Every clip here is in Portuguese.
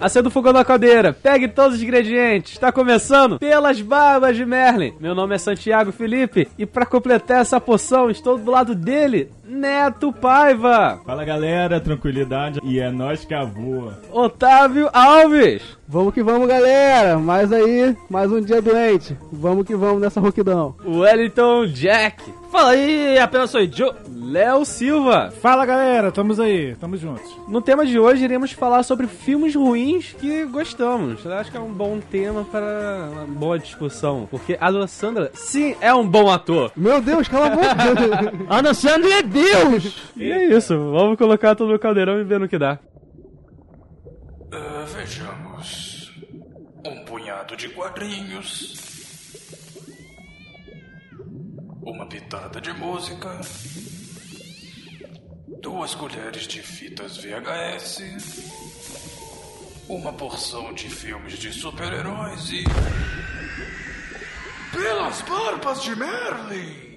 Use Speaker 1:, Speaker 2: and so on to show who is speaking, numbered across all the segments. Speaker 1: Acenda o fogão na cadeira. Pegue todos os ingredientes. Está começando pelas barbas de Merlin. Meu nome é Santiago Felipe e para completar essa poção, estou do lado dele, Neto Paiva,
Speaker 2: Fala galera, tranquilidade e é nós que avoa.
Speaker 1: Otávio Alves,
Speaker 3: Vamos que vamos, galera! Mais aí, mais um dia doente. Vamos que vamos nessa roquidão.
Speaker 1: Wellington Jack,
Speaker 4: Fala aí, apenas sou Joe.
Speaker 1: Léo Silva.
Speaker 5: Fala galera, estamos aí, estamos juntos.
Speaker 1: No tema de hoje iremos falar sobre filmes ruins que gostamos. Eu acho que é um bom tema para uma boa discussão, porque a Alessandra sim é um bom ator.
Speaker 3: Meu Deus, cala a boca!
Speaker 4: Ana Sandra é Deus!
Speaker 1: E é isso, vamos colocar tudo no caldeirão e ver no que dá.
Speaker 6: Ah, vejamos. Um punhado de quadrinhos. Uma pitada de música. Duas colheres de fitas VHS. Uma porção de filmes de super-heróis e. Pelas barbas de Merlin!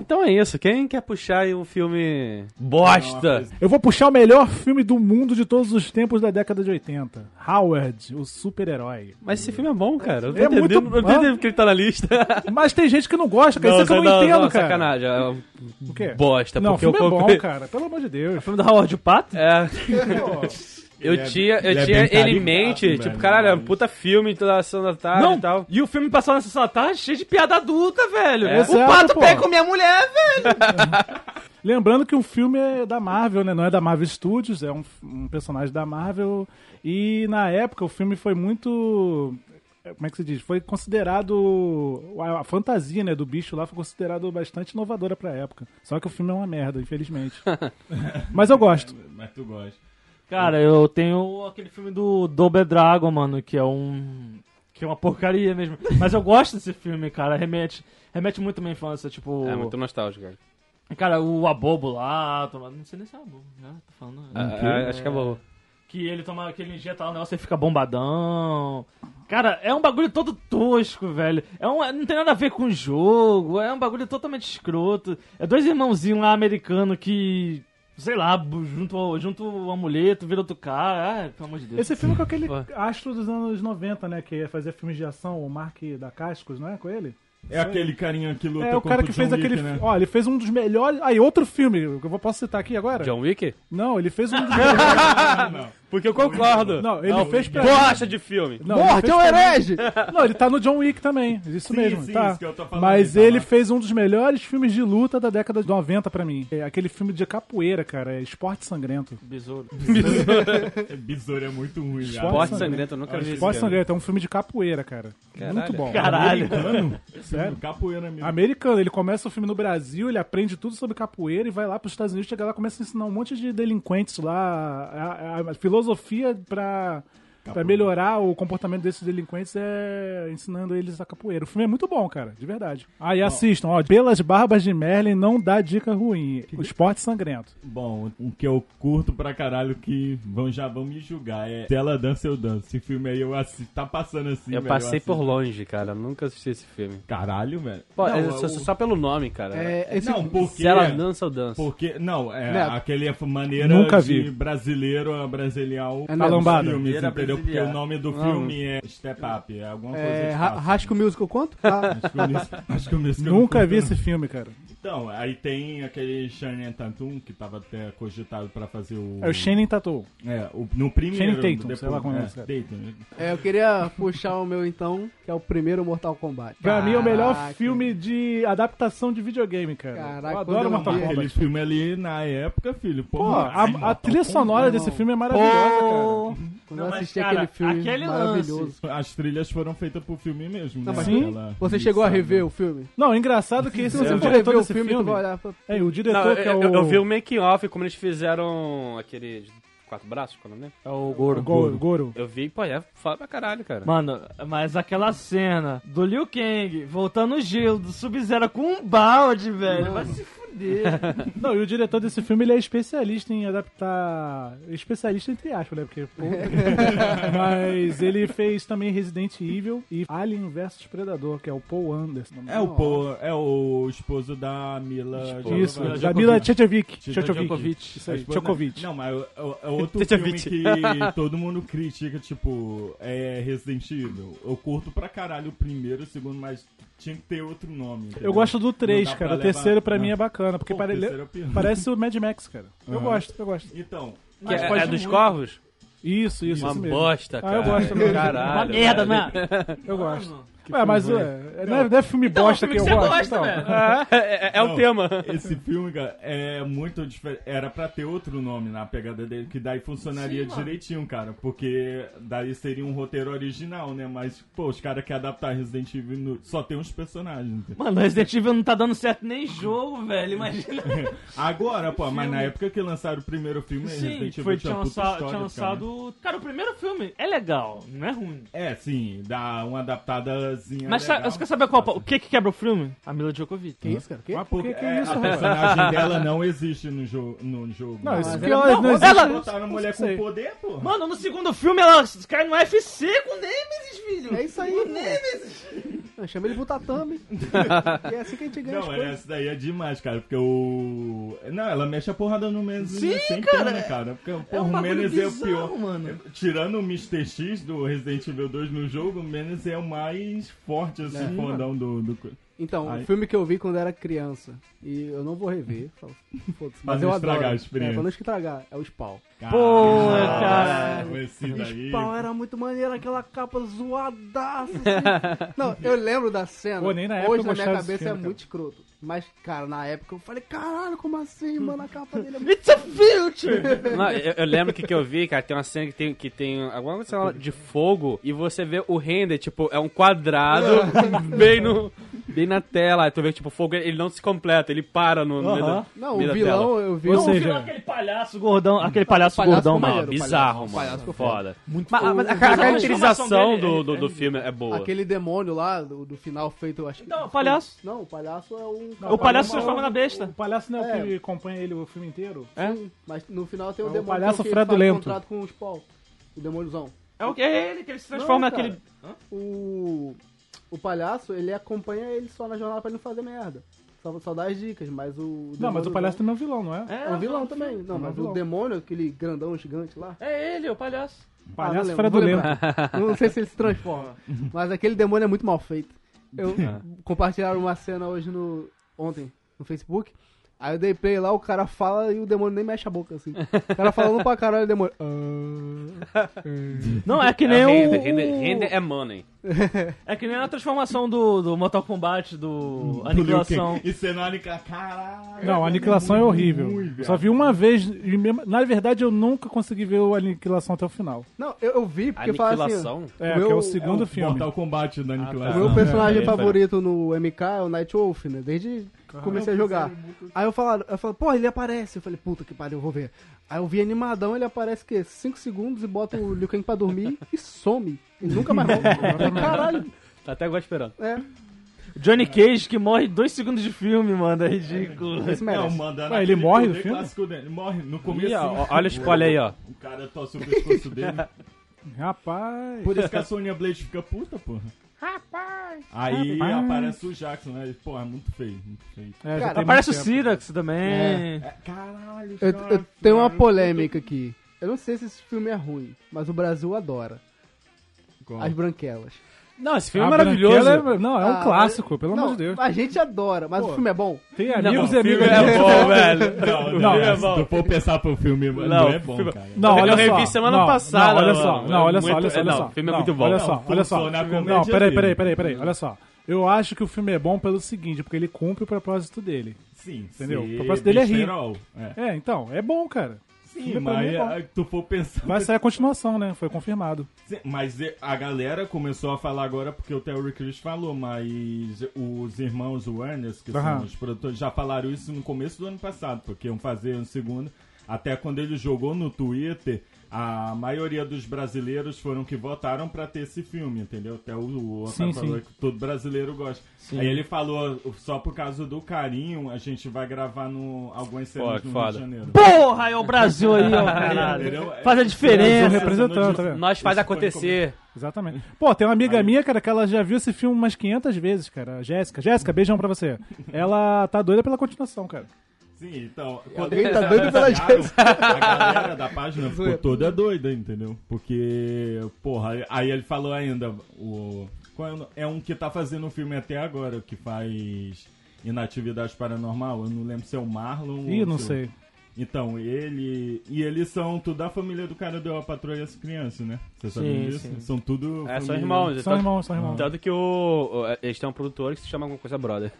Speaker 1: Então é isso, quem quer puxar aí um filme bosta?
Speaker 5: Eu vou puxar o melhor filme do mundo de todos os tempos da década de 80. Howard, o super-herói.
Speaker 1: Mas esse filme é bom, cara. Eu não tô
Speaker 5: É muito
Speaker 1: entendendo, não tô
Speaker 5: bom.
Speaker 1: entendendo porque ele tá na lista.
Speaker 5: Mas tem gente que não gosta, cara. Isso é que eu não, entendo, cara.
Speaker 1: sacanagem. É um
Speaker 5: O quê?
Speaker 1: Bosta,
Speaker 5: não, o
Speaker 1: porque eu
Speaker 5: filme é
Speaker 1: comprei.
Speaker 5: bom, cara. Pelo amor de Deus.
Speaker 4: Filme do Howard Pato?
Speaker 1: É.
Speaker 5: Pô,
Speaker 1: Eu
Speaker 2: é-
Speaker 1: tinha, eu
Speaker 2: ele é
Speaker 1: tinha
Speaker 2: bem
Speaker 1: ele em
Speaker 2: caricado,
Speaker 1: mente,
Speaker 2: velho,
Speaker 1: tipo, caralho, é um
Speaker 2: mas-
Speaker 1: puta filme toda a da tarde
Speaker 4: Não,
Speaker 1: e tal.
Speaker 4: e o filme passou nessa sala tarde cheio de piada adulta, velho.
Speaker 1: É.
Speaker 4: o
Speaker 5: Exato,
Speaker 4: pato
Speaker 5: pô.
Speaker 4: pega com minha mulher, velho.
Speaker 5: Lembrando que o filme é da Marvel, né? Não é da Marvel Studios, é um, um personagem da Marvel. E na época o filme foi muito. Como é que se diz? Foi considerado. A, a fantasia, né, do bicho lá foi considerado bastante inovadora pra época. Só que o filme é uma merda, infelizmente. Mas eu gosto.
Speaker 2: Mas tu gosta.
Speaker 4: Cara, eu tenho aquele filme do Double Dragon, mano, que é um. que é uma porcaria mesmo. Mas eu gosto desse filme, cara. Remete, remete muito à minha infância, tipo.
Speaker 1: É muito nostálgico, cara.
Speaker 4: Cara, o Abobo lá, toma- não sei nem se é Abobo, né? Tô falando.
Speaker 1: Ah, acho que acabou.
Speaker 4: Que ele toma, que ele injeta lá o negócio e fica bombadão. Cara, é um bagulho todo tosco, velho. É um, não tem nada a ver com o jogo, é um bagulho totalmente escroto. É dois irmãozinhos lá americanos que, sei lá, bu- junto ao, junto ao amuleto, vira outro cara. Ah, pelo amor de Deus.
Speaker 5: Esse filme é com aquele
Speaker 1: Pô.
Speaker 5: astro dos anos 90, né? Que fazia filmes de ação, o Mark da Cascos, não é? Com ele?
Speaker 2: É aquele carinha que luta
Speaker 5: É o
Speaker 2: contra
Speaker 5: cara que
Speaker 2: John
Speaker 5: fez
Speaker 2: Wick,
Speaker 5: aquele.
Speaker 2: né?
Speaker 5: Ó, ele fez um dos melhores. Aí, outro filme, que eu vou- posso citar aqui agora?
Speaker 1: John Wick?
Speaker 5: Não, ele fez um dos melhores.
Speaker 1: Porque eu concordo.
Speaker 5: Não, ele fez pra.
Speaker 1: Borracha de filme.
Speaker 5: Não, ele
Speaker 3: Morte,
Speaker 5: fez
Speaker 3: é um
Speaker 5: pra-
Speaker 3: herege!
Speaker 5: Não, ele tá no John Wick também. Isso
Speaker 2: Sim,
Speaker 5: mesmo,
Speaker 2: sim,
Speaker 5: tá?
Speaker 2: isso que eu tô falando,
Speaker 5: Mas
Speaker 2: ele tá
Speaker 5: ele
Speaker 2: lá.
Speaker 5: fez um dos melhores filmes de luta da década de 90 pra mim. É aquele filme de capoeira, cara, é Esporte Sangrento.
Speaker 4: Besouro.
Speaker 2: É, Besouro é muito ruim,
Speaker 5: Esporte
Speaker 2: cara.
Speaker 1: Borte sangrento, eu nunca vi
Speaker 5: Esporte
Speaker 1: esse filme.
Speaker 5: Sangrento é um filme de capoeira, cara.
Speaker 1: Caralho.
Speaker 5: Muito bom.
Speaker 4: Caralho.
Speaker 5: Sério?
Speaker 2: Capoeira mesmo.
Speaker 5: Americano, ele começa o filme no Brasil, ele aprende tudo sobre capoeira e vai lá pros Estados Unidos, chega lá, começa a ensinar um monte de delinquentes lá, a, a- a filosofia pra, pra melhorar o comportamento desses delinquentes é ensinando eles a capoeira. O filme é muito bom, cara, de verdade. Aí assistam, ó, Pelas Barbas de Merlin não dá dica ruim, o esporte sangrento.
Speaker 2: Bom, o que eu curto pra caralho que vão, já vão me julgar é Se ela dança, eu danço. Esse filme aí eu assi... tá passando assim,
Speaker 1: Eu
Speaker 2: velho,
Speaker 1: passei por
Speaker 2: assisto.
Speaker 1: longe, cara. Nunca assisti esse filme.
Speaker 2: Caralho, velho.
Speaker 1: Pô,
Speaker 2: Não,
Speaker 1: é
Speaker 2: eu-
Speaker 1: só, só pelo nome, cara.
Speaker 3: É, esse
Speaker 2: Não, porque...
Speaker 1: Se ela dança, eu danço.
Speaker 2: Porque, não, é
Speaker 3: Neto.
Speaker 2: aquele é maneira
Speaker 5: Nunca
Speaker 2: de
Speaker 5: vi.
Speaker 2: brasileiro a brasilear o
Speaker 3: É
Speaker 5: A lambada.
Speaker 2: filmes,
Speaker 4: Brasileira
Speaker 2: entendeu? Porque
Speaker 4: brasileira.
Speaker 2: o nome do filme é Step Up, é alguma coisa
Speaker 3: é,
Speaker 2: de
Speaker 3: ra-
Speaker 2: passo.
Speaker 3: Rasca o musical quanto? Ah,
Speaker 2: Acho que eu nem- Acho que eu nem-
Speaker 5: Nunca vi esse filme, cara.
Speaker 2: Então, aí tem aquele Shannon Tatum, que tava até cogitado pra fazer o...
Speaker 5: É o Shannon Tatou.
Speaker 2: É, o, no primeiro...
Speaker 5: Channing Tatum,
Speaker 2: depois-
Speaker 5: sei lá como é isso,
Speaker 2: é,
Speaker 5: cara.
Speaker 2: Tatum.
Speaker 3: é, eu queria puxar o meu então, que é o primeiro Mortal Kombat.
Speaker 5: Pra mim é o melhor
Speaker 3: Caraca.
Speaker 5: filme de adaptação de videogame, cara.
Speaker 3: Caraca,
Speaker 5: eu
Speaker 3: quando
Speaker 5: adoro
Speaker 3: eu
Speaker 5: Mortal
Speaker 3: vi
Speaker 5: Kombat.
Speaker 2: Aquele filme ali, na época, filho... Pô,
Speaker 5: Pô, a,
Speaker 2: ai,
Speaker 5: a trilha sonora desse filme é maravilhosa, cara.
Speaker 3: Quando
Speaker 4: Não,
Speaker 3: eu
Speaker 4: mas,
Speaker 3: assisti
Speaker 4: cara,
Speaker 3: aquele filme
Speaker 4: aquele
Speaker 3: maravilhoso.
Speaker 4: lance.
Speaker 2: As trilhas foram feitas pro filme mesmo, né?
Speaker 3: Não, Tá, mas
Speaker 5: Sim.
Speaker 2: Aquela-
Speaker 3: Você chegou a
Speaker 2: sabe?
Speaker 4: né?
Speaker 3: rever o filme?
Speaker 5: Não, é engraçado que esse
Speaker 3: Se você
Speaker 5: o
Speaker 3: for
Speaker 5: diretor
Speaker 3: rever o
Speaker 5: desse
Speaker 3: filme,
Speaker 5: filme...
Speaker 3: tu vai olhar pra...
Speaker 5: É, o diretor
Speaker 1: Não, eu,
Speaker 5: que é o...
Speaker 1: eu- eu vi o making off como eles fizeram aquele de quatro braços, quando né?
Speaker 4: É o Goro.
Speaker 5: Goro. Goro.
Speaker 1: Eu vi, pô, é foda pra caralho, cara.
Speaker 4: Mano, mas aquela cena do Liu Kang voltando o gelo do Sub-Zero com um balde, velho. Vai se fuder,
Speaker 1: dele.
Speaker 5: Não, e o diretor desse filme ele é especialista em adaptar. Especialista entre aspas, né? Porque. pô. Mas ele fez também Resident Evil e Alien vs Predador, que é o Paul Anderson.
Speaker 2: É o Paul, é o esposo da Mila.
Speaker 1: Esposo.
Speaker 5: Isso,
Speaker 2: Jovovich.
Speaker 5: da Mila Tchetchevic.
Speaker 2: Tita
Speaker 5: Tchetchevic. Isso
Speaker 2: né? A
Speaker 5: aí,
Speaker 2: esposa-
Speaker 5: Tchokovic.
Speaker 2: Não, mas é o- é outro filme
Speaker 1: Tchetchovic.
Speaker 2: que todo mundo critica, tipo, é Resident Evil. Eu curto pra caralho o primeiro, o segundo, mas tinha que ter outro nome. entendeu?
Speaker 5: Eu gosto do
Speaker 2: Não
Speaker 5: 3,
Speaker 2: dá
Speaker 5: cara. O
Speaker 2: pra levar-
Speaker 5: terceiro pra
Speaker 2: Não.
Speaker 5: mim é bacana, porque
Speaker 2: Pô, o
Speaker 5: pare-
Speaker 2: terceiro é o pior.
Speaker 5: parece o Mad Max, cara. Eu
Speaker 2: Aham.
Speaker 5: gosto, eu gosto.
Speaker 2: Então.
Speaker 1: Que
Speaker 2: mas
Speaker 1: é,
Speaker 2: pode
Speaker 1: é dos
Speaker 2: muito-
Speaker 1: corvos?
Speaker 5: Isso, isso,
Speaker 1: Uma
Speaker 5: isso mesmo.
Speaker 1: bosta,
Speaker 5: Ah,
Speaker 1: cara.
Speaker 5: eu gosto também.
Speaker 4: Uma
Speaker 1: Caralho.
Speaker 4: merda, né?
Speaker 5: Eu gosto.
Speaker 1: Que
Speaker 5: Ué, mas
Speaker 1: filme
Speaker 5: ué, não, é, não é filme
Speaker 4: Então,
Speaker 5: bosta
Speaker 4: filme
Speaker 5: que eu
Speaker 4: você
Speaker 5: gosto.
Speaker 4: gosta,
Speaker 5: então.
Speaker 4: velho.
Speaker 1: Ah, é, é- é o
Speaker 2: Não,
Speaker 1: tema.
Speaker 2: Esse filme, cara, é muito diferente. Era pra ter outro nome na pegada dele, que daí funcionaria direitinho, cara. Porque daí seria um roteiro original, né? Mas, pô, os caras que adaptar Resident Evil no- só tem uns personagens. entendeu?
Speaker 4: Mano, Resident Evil não tá dando certo nem jogo, velho. Imagina.
Speaker 2: Agora, pô, mas na época que lançaram o primeiro filme,
Speaker 4: Sim,
Speaker 2: Resident Evil
Speaker 4: foi,
Speaker 2: tinha
Speaker 4: tinha,
Speaker 2: puta
Speaker 4: lança-
Speaker 2: história,
Speaker 4: tinha
Speaker 2: cara.
Speaker 4: lançado. Cara, o primeiro filme é legal, não é ruim.
Speaker 2: É, sim, dá uma adaptadazinha.
Speaker 4: Mas sa-
Speaker 2: É legal.
Speaker 4: você quer saber qual, o que, que quebra o filme? A Mila Djokovic.
Speaker 3: Que isso, cara? Que,
Speaker 2: Mas por
Speaker 3: por que,
Speaker 2: é,
Speaker 3: que é isso,
Speaker 2: A
Speaker 3: rapaz?
Speaker 2: personagem dela não existe no, jo no jogo.
Speaker 5: Não, isso
Speaker 2: Mas é
Speaker 5: que ela não existe.
Speaker 4: ela- é
Speaker 2: botaram mulher com poder, pô.
Speaker 4: Mano, no segundo filme ela cai no UFC com o Nemesis, filho.
Speaker 3: É isso aí, mano. Chama ele de Butatame. e é assim que a gente ganha as
Speaker 2: Não,
Speaker 3: coisas.
Speaker 2: essa daí é demais, cara, porque o... Não, ela mexe a porrada no Menezes
Speaker 4: Sim,
Speaker 2: sem
Speaker 4: cara,
Speaker 2: pena,
Speaker 4: é-
Speaker 2: cara. Porque, pô,
Speaker 4: é um
Speaker 2: o
Speaker 4: bagulho
Speaker 2: Menezes é o
Speaker 4: bizarro,
Speaker 2: pior.
Speaker 4: mano.
Speaker 2: Tirando o Mr. X do Resident Evil 2 no jogo, o Menezes é o mais forte, assim, fodão do... do... co-
Speaker 3: Então,
Speaker 2: Aí-
Speaker 3: o filme que eu vi quando era criança, e eu não vou rever, falo, foda-se,
Speaker 2: Pra
Speaker 3: mas
Speaker 2: não
Speaker 3: eu
Speaker 2: estragar
Speaker 3: adoro.
Speaker 2: a experiência.
Speaker 3: É, pra não estragar, é o Spawn.
Speaker 4: Pô,
Speaker 2: Caralho, é
Speaker 4: cara.
Speaker 2: com Esse daí...
Speaker 3: Spawn era muito maneiro, aquela capa zoadaça. assim. Não, eu lembro da cena.
Speaker 5: Pô, nem na época
Speaker 3: Hoje
Speaker 5: eu
Speaker 3: na
Speaker 5: gostava
Speaker 3: minha
Speaker 5: desse
Speaker 3: cabeça é
Speaker 5: filme, cara.
Speaker 3: muito escroto. Mas, cara, na época eu falei, caralho, como assim, mano? A capa dele é muito.
Speaker 4: It's a filtro!
Speaker 1: Não, eu, eu lembro que que eu vi, cara, tem uma cena que tem, que tem alguma coisa sei lá, de fogo e você vê o render, tipo, é um quadrado bem, no, bem na tela. Aí tu vê, tipo, o fogo, ele não se completa, ele para no meio da-
Speaker 3: Não,
Speaker 1: meio
Speaker 3: o
Speaker 1: da
Speaker 3: vilão
Speaker 1: tela. é
Speaker 3: eu vi. um-
Speaker 5: Ou
Speaker 3: Não,
Speaker 4: Não,
Speaker 5: seja,
Speaker 4: viu aquele palhaço gordão, aquele palhaço,
Speaker 3: Palhaço
Speaker 4: gordão,
Speaker 1: Não,
Speaker 3: ficou
Speaker 4: mano.
Speaker 3: maneiro.
Speaker 1: bizarro,
Speaker 3: palhaço, palhaço
Speaker 1: mano.
Speaker 3: ficou
Speaker 1: Foda.
Speaker 4: Muito
Speaker 1: Mas, mas a, a caracterização do, do, do filme é boa.
Speaker 3: Aquele demônio lá, do, do final feito, eu acho que.
Speaker 4: Então, o palhaço.
Speaker 3: Não, o palhaço é um.
Speaker 4: O palhaço se
Speaker 5: Não,
Speaker 4: transforma na besta.
Speaker 5: O palhaço não é o
Speaker 3: É.
Speaker 5: que acompanha ele o filme inteiro?
Speaker 3: Sim, mas no final tem o
Speaker 5: É um
Speaker 3: demônio.
Speaker 5: palhaço
Speaker 3: que ele
Speaker 5: fraudulento.
Speaker 3: Faz contrato com o Spawn. O demôniozão.
Speaker 4: É o que é ele que ele se transforma
Speaker 3: Não, cara.
Speaker 4: naquele. Hã?
Speaker 3: O, o palhaço, ele acompanha ele só na jornada pra ele não fazer merda. Só, só dá as dicas, mas o.
Speaker 5: Não, mas o
Speaker 3: demôniozão-
Speaker 5: palhaço também é um vilão, não é?
Speaker 3: É um vilão também. Não,
Speaker 5: Não é
Speaker 3: mas
Speaker 5: vilão.
Speaker 3: o demônio, aquele grandão gigante lá.
Speaker 4: É ele, o palhaço.
Speaker 5: Palhaço
Speaker 3: Ah, não lembro,
Speaker 5: fraudulento.
Speaker 3: vou lembrar. Não sei se ele se transforma. mas aquele demônio é muito mal feito. Eu
Speaker 5: Ah.
Speaker 3: compartilharam uma cena hoje no. ontem, no Facebook. Aí eu dei play lá, o cara fala e o demônio nem mexe a boca assim. O cara falando pra caralho, o demônio. Ah.
Speaker 4: Não, é que
Speaker 1: É
Speaker 4: nem
Speaker 1: render,
Speaker 4: o.
Speaker 1: render, render é money.
Speaker 4: É que nem a transformação do, do Mortal Kombat, do
Speaker 2: do Liu
Speaker 4: Aniquilação.
Speaker 2: Kang. E cenário, caralho.
Speaker 5: Não, a aniquilação é horrível.
Speaker 2: Muito,
Speaker 5: Só vi uma vez, e mesmo- na verdade eu nunca consegui ver o aniquilação até o final.
Speaker 3: Não, eu, eu vi porque fala assim.
Speaker 1: Aniquilação?
Speaker 5: É,
Speaker 3: O meu-
Speaker 5: que é o
Speaker 2: É o
Speaker 5: segundo filme.
Speaker 2: Mortal Kombat
Speaker 1: Ah, tá.
Speaker 2: da
Speaker 3: O
Speaker 2: Aniquilação.
Speaker 3: meu
Speaker 2: É,
Speaker 3: personagem
Speaker 2: é,
Speaker 3: favorito no MK é o Night Wolf, né? Desde que comecei a jogar.
Speaker 2: assim.
Speaker 3: Aí eu falo, eu falo, pô, ele aparece. Eu falei, puta que pariu, eu vou ver. Aí eu vi animadão, ele aparece que 5 segundos e bota o Liu Kang pra dormir e some. E nunca mais volta. Eu falei, Caralho,
Speaker 1: Tá até agora esperando.
Speaker 3: é.
Speaker 4: Johnny Cage que morre dois segundos de filme, mano. É ridículo.
Speaker 3: Esse
Speaker 2: Não,
Speaker 3: merece.
Speaker 2: manda
Speaker 5: Ué, ele morre no
Speaker 2: no
Speaker 5: filme?
Speaker 2: Clássico dele. Morre no começo.
Speaker 1: Ih, ó, olha o spoiler aí, ó.
Speaker 2: O cara tosse o pescoço dele.
Speaker 5: Rapaz.
Speaker 2: Por isso que a Sonya Blade fica puta, porra. Rapaz! Aí
Speaker 5: Rapaz.
Speaker 2: aparece o Jackson, né? Pô, é muito feio, muito feio.
Speaker 5: É, já
Speaker 3: Cara,
Speaker 5: tem
Speaker 4: Aparece o
Speaker 5: muito tempo.
Speaker 4: Syrax também.
Speaker 2: É, caralho,
Speaker 3: Eu,
Speaker 2: cara,
Speaker 3: eu tenho uma
Speaker 2: cara,
Speaker 3: polêmica aqui. Eu não sei se esse filme é ruim, mas o Brasil adora.
Speaker 2: qual?
Speaker 3: As branquelas.
Speaker 1: Não, esse filme é
Speaker 5: A
Speaker 1: maravilhoso.
Speaker 5: Branquela é- não, é um
Speaker 3: Ah,
Speaker 5: clássico, pelo
Speaker 3: não,
Speaker 5: amor de Deus.
Speaker 3: A gente adora, mas o filme é bom.
Speaker 5: Tem
Speaker 1: Não,
Speaker 5: amigos
Speaker 1: o
Speaker 5: e
Speaker 1: filme
Speaker 5: amigas. né?
Speaker 1: é bom, velho.
Speaker 2: Não, não,
Speaker 5: Não,
Speaker 2: não,
Speaker 1: é
Speaker 2: se
Speaker 1: bom.
Speaker 2: tu for pensar pro filme, não, é bom,
Speaker 1: filme-
Speaker 2: cara.
Speaker 5: Não,
Speaker 1: Eu
Speaker 5: olha só.
Speaker 1: revi semana
Speaker 5: não,
Speaker 1: passada,
Speaker 5: Não, olha só.
Speaker 1: mano.
Speaker 5: Não, olha só,
Speaker 1: Muito-
Speaker 5: olha só, olha
Speaker 1: não,
Speaker 5: só.
Speaker 1: o filme é
Speaker 5: Não,
Speaker 1: muito bom.
Speaker 5: Olha só,
Speaker 2: Não,
Speaker 5: olha só.
Speaker 2: funciona a comédia
Speaker 5: Não, peraí,
Speaker 2: dele.
Speaker 5: peraí, peraí, peraí. Olha só. Eu acho que o filme é bom pelo seguinte, porque ele cumpre o propósito dele.
Speaker 2: Sim,
Speaker 5: Entendeu?
Speaker 2: sim,
Speaker 5: O propósito dele é rir.
Speaker 2: besterol, É.
Speaker 5: É, então, é bom, cara.
Speaker 2: Sim,
Speaker 5: filme pra mim
Speaker 2: mas
Speaker 5: é bom.
Speaker 2: ah, tu for pensar...
Speaker 5: Vai sair a continuação, né? Foi confirmado.
Speaker 2: Sim, Mas e- a galera começou a falar agora porque o Terry Crews falou, mas os irmãos Warners, que
Speaker 5: Aham.
Speaker 2: são os produtores, já falaram isso no começo do ano passado, porque iam fazer um segundo. Até quando ele jogou no Twitter, a maioria dos brasileiros foram que votaram pra ter esse filme, entendeu? Até o, o Otávio
Speaker 5: Sim,
Speaker 2: falou
Speaker 5: sim.
Speaker 2: que todo brasileiro gosta. Aí ele falou, só por causa do carinho, a gente vai gravar no algumas cenas
Speaker 1: que
Speaker 2: no Rio
Speaker 1: foda.
Speaker 2: de Janeiro.
Speaker 4: Porra, é o Brasil aí, ó, caralho.
Speaker 2: Entendeu? É-
Speaker 4: Faz a
Speaker 5: Brasil
Speaker 4: diferença.
Speaker 5: representando,
Speaker 4: né?
Speaker 5: tá vendo?
Speaker 1: Nós faz
Speaker 2: Isso foi
Speaker 1: acontecer.
Speaker 5: Exatamente. Pô, tem uma amiga
Speaker 2: Aí.
Speaker 5: minha, cara, que ela já viu esse filme umas 500 vezes, cara. A Jéssica. Jéssica, beijão pra você. Ela tá doida pela continuação, cara.
Speaker 2: Sim, então.
Speaker 3: Alguém tá doido pela
Speaker 2: gente. A galera da página ficou toda doida, entendeu? Porque, porra, aí ele falou ainda, o. qual é o no- É um que tá fazendo um filme até agora, que faz Inatividade Paranormal. Eu não lembro se é o Marlon
Speaker 5: Ih,
Speaker 2: ou
Speaker 5: não
Speaker 2: se- é
Speaker 5: sei.
Speaker 2: Então, ele. E eles são tudo da família do cara deu a patrulha às crianças, né? Vocês sabem
Speaker 4: Sim,
Speaker 2: disso?
Speaker 4: sim.
Speaker 2: São tudo.
Speaker 1: É, são
Speaker 2: família-
Speaker 1: irmãos.
Speaker 5: São
Speaker 1: tanto-
Speaker 5: irmãos, são irmãos.
Speaker 1: Tanto que o, o- eles têm um produtor que se chama alguma coisa Brother.